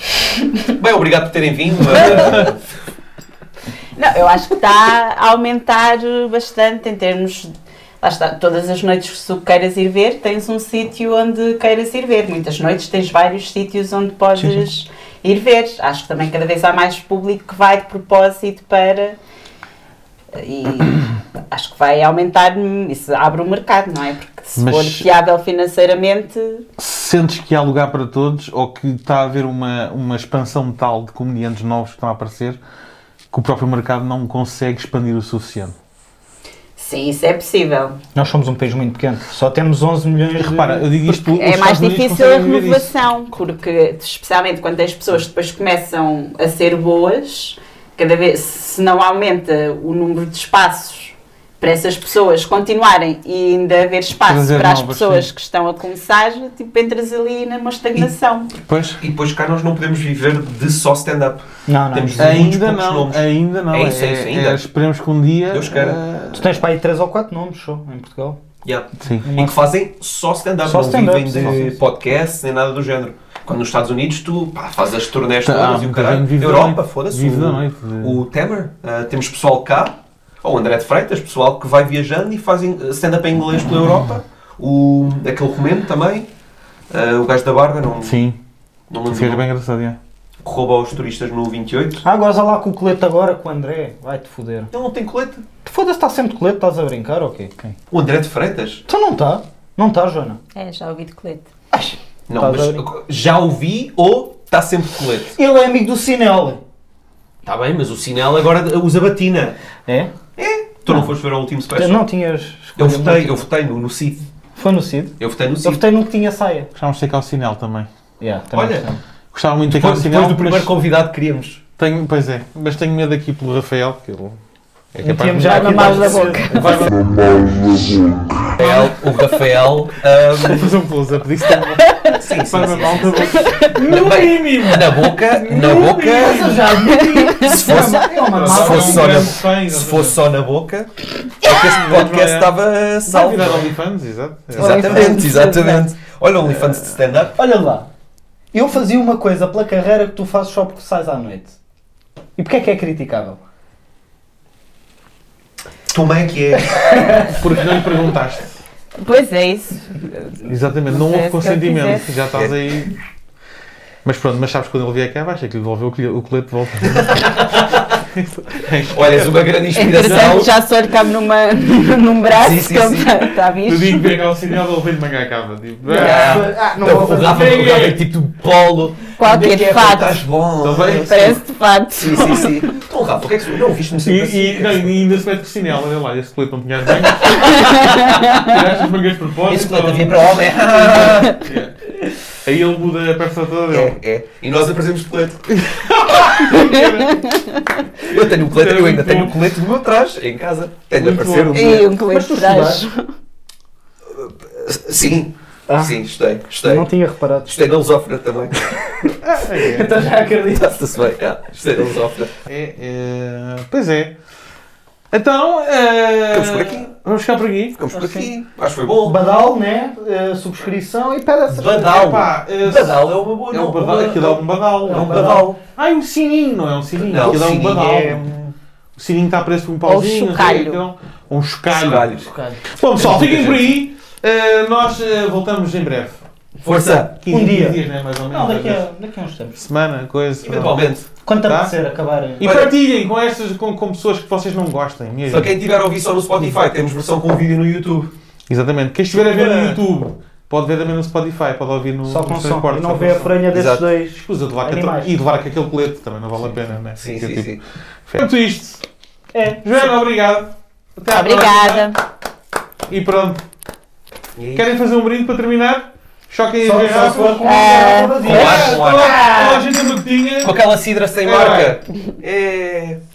B: Bem, obrigado por terem vindo. eh,
D: Não, eu acho que está a aumentar eh, bastante em termos. de- Lá está, todas as noites que tu queiras ir ver, tens um sítio onde queiras ir ver. Muitas noites tens vários sítios onde podes ir ver. Acho que também cada vez há mais público que vai de propósito para. E acho que vai aumentar, hum, isso abre o mercado, não é? Porque se
A: Mas-
D: for fiável financeiramente,
A: Sentes que há lugar para todos ou que está a haver uma, uma expansão de tal de comediantes novos que estão a aparecer que o próprio mercado não consegue expandir o suficiente.
D: Sim, isso é possível.
C: Nós somos um país muito pequeno, só temos 11 milhões de...
A: Repara, eu digo isto. os
D: É mais
A: Estados Unidos
D: difícil a
A: conseguem viver disso.
D: renovação, porque especialmente quando as pessoas depois começam a ser boas, cada vez se não aumenta o número de espaços para essas pessoas continuarem e ainda haver espaço
A: Trazer
D: para as
A: novas,
D: pessoas
A: sim.
D: que estão a começar, tipo, entras ali numa estagnação.
A: Pois.
B: E depois cá nós não podemos viver de só stand-up.
C: Não, é- não.
B: Temos muitos
A: Ainda
B: poucos
A: não,
B: nomes.
A: ainda não.
B: É isso, é isso, ainda.
A: esperemos que um dia.
B: Deus queira.
A: eh,
C: Tu tens para aí 3 ou 4 nomes só, em Portugal.
B: Yeah.
A: sim.
B: Em que fazem só stand-up,
C: Só
B: não
C: stand-up, sim,
B: vivem de
C: sim.
B: podcast nem nada do género. Quando nos Estados Unidos tu pá, fazes as turnés
A: Tá,
B: todas e o
A: muita
B: caralho.
A: gente vive da
B: Europa,
A: noite.
B: foda-se.
A: Vive
B: o-
A: da noite.
B: O Temer, ah, temos pessoal cá, ou o André de Freitas, pessoal que vai viajando e fazem eh, stand-up em inglês pela Europa. O, aquele romeno também, ah, o gajo da barba, não,
A: Sim,
B: não
A: isso era
B: lembro.
A: bem engraçado. é.
B: Que rouba aos turistas no 28.
C: Ah, goza lá com o colete agora, com o André. Vai-te foder.
B: Ele não tem colete.
C: Tu Foda-se, está sempre de colete, estás a brincar ou quê?
B: O André de Freitas?
C: Então não está. Não está, Joana.
D: É, já ouvi de colete.
C: Ai,
B: Não,
C: Estás a
B: mas já ouvi ou está sempre de colete.
C: Ele é amigo do Sinel.
B: Está bem, mas o sinal agora usa batina.
C: É?
B: Tu não foste ver o último
C: Tu
B: special?
C: Então, Não tinhas
B: Eu
C: escolha
B: votei,
C: muito.
B: eu votei no, no Cid.
C: Foi no Cid.
B: Eu votei no Cid.
C: Eu votei num que tinha saia.
A: Gostávamos de ter cá o sinal também.
C: Yeah, também
B: Olha.
C: gostava.
A: Gostava muito de ter cá o
B: Depois,
A: sinal.
B: depois do primeiro
A: mas
B: convidado que queríamos.
A: tenho, pois é, mas tenho medo aqui pelo Rafael, que ele é capaz
C: Metíamos
A: de.
C: já aqui
D: mamar
C: atrás
D: da
C: do Cid. Vai-
B: Rafael, o Rafael. ahm,
A: fazer um close-up disso também.
B: sim, sim,
A: Para
B: sim,
A: mal
B: sim.
A: da boca.
B: Na- Na boca, na boca.
C: Mas eu já admiti.
B: Se fosse, se
C: É uma
A: um
C: mala.
B: fosse só na,
A: Não tem,
B: se fosse só na boca, é que este podcast estava
A: Vai
B: salvo.
A: virar OnlyFans, exato.
B: Exatamente, exatamente. Olha o OnlyFans de stand-up.
C: Olha lá. Eu fazia uma coisa pela carreira que tu fazes só porque sais à noite. E porquê é que é criticável?
B: Como é que é?
A: Porque não lhe perguntaste.
F: Pois é isso.
A: Exatamente, não
F: sei
B: é,
A: houve
F: se eu
A: consentimento.
F: quisesse.
A: Já estás aí. Mas pronto, mas sabes que quando ele vier cá baixo é que lhe devolveu o colhe- o colete de volta.
B: Olha, és uma grande
F: É
B: inspiração.
F: interessante, já só lhe cabe numa, num braço,
B: Sim, sim,
F: como
B: sim.
F: está tá
A: No dia
F: visto.
A: que vier cá o sinal, ele vem de manga à cava. Tipo, ah,
B: Ah,
C: não
B: então,
C: vou
B: o
C: fazer.
B: Rafa o Rafa é tipo polo.
F: Qualquer
B: Onde é que é?
F: fato.
B: Estás bom.
A: Então vai.
F: Parece de fato.
B: Sim, sim, sim. Então, Rafa, o que é que tu não viste-me
A: E,
B: sempre
A: e, não,
B: assim?
A: e ainda se mete com o sinal, olha lá, esse colete não tinha as mangas. Tiraste as mangas de propósito.
B: Esse colete
A: ou-
B: havia para homem.
A: Aí ele muda a peça toda dele.
B: É, é. E nós aparecemos de colete. eu tenho um colete, eu ainda tenho um colete do meu trás, em casa. Tenho de
A: Muito
B: aparecer um
F: E
B: dia.
F: um colete
C: tu
F: de trás.
B: Sim,
C: Ah.
B: sim, estudei. Estudei.
C: Não tinha reparado.
B: Estudei na Lusófona também. É.
A: Ah,
C: Então já acredito.
B: Está-se bem, já. Estudei na Lusófona.
A: É, é, Pois é. Então. é,
B: Ficamos por aqui.
A: Vamos ficar por aqui.
B: Ficamos por aqui. Acho que foi bom.
C: Badal, né? Eh, subscrição e pede essas
B: Badal.
A: Epá, é,
B: Badal é uma boa.
A: É um
B: não,
A: badal, aquilo é um badal.
B: É um
A: badal.
B: badal.
A: Ai, um sininho, não é um sininho.
B: Não,
A: aquilo é um
B: sininho
A: badal.
B: é
A: O sininho está preso por um pauzinho. não sei,
F: chocalho.
A: aquilo é um- Ou um chocalho.
B: Caralhos.
A: Bom,
B: É
A: pessoal, fiquem por aí. Eh, nós eh, voltamos em breve.
B: Força.
A: 15
C: Um dia.
A: dias, né? Mais ou menos.
C: Não, daqui a, daqui a uns tempos.
A: Semana, coisa.
B: Eventualmente.
C: Quando te
A: Tá?
C: acontecer acabar. eh,
A: E
B: Olha-
A: partilhem com estas com, com pessoas que vocês não gostem mesmo.
B: Para quem tiver a ouvir só no Spotify, temos versão com vídeo no YouTube.
A: Exatamente. Quem estiver a ver no
B: Bora.
A: YouTube, pode ver também no Spotify, pode ouvir no
C: Só com
A: nos
C: som. E
A: transportes,
C: não
A: só
C: vê a
A: com som.
C: franha desses
B: Exato.
C: dois.
A: Escusa de levar com a-
C: Animais.
A: e de levar com aquele colete também não vale a pena, né?
B: Sim,
A: Porque,
B: sim,
A: tipo,
B: sim.
A: Portanto, isto.
C: É.
A: Joana, obrigado. Até à
F: Obrigada.
A: próxima. E pronto. Querem fazer um brinde para terminar? Choquem as
C: Só só se for
A: garrafas.
C: com um uma garrafa
B: Com
C: vazia.
B: ar, com ar.
A: Olá, gente, a
B: Com aquela cidra sem marca. É.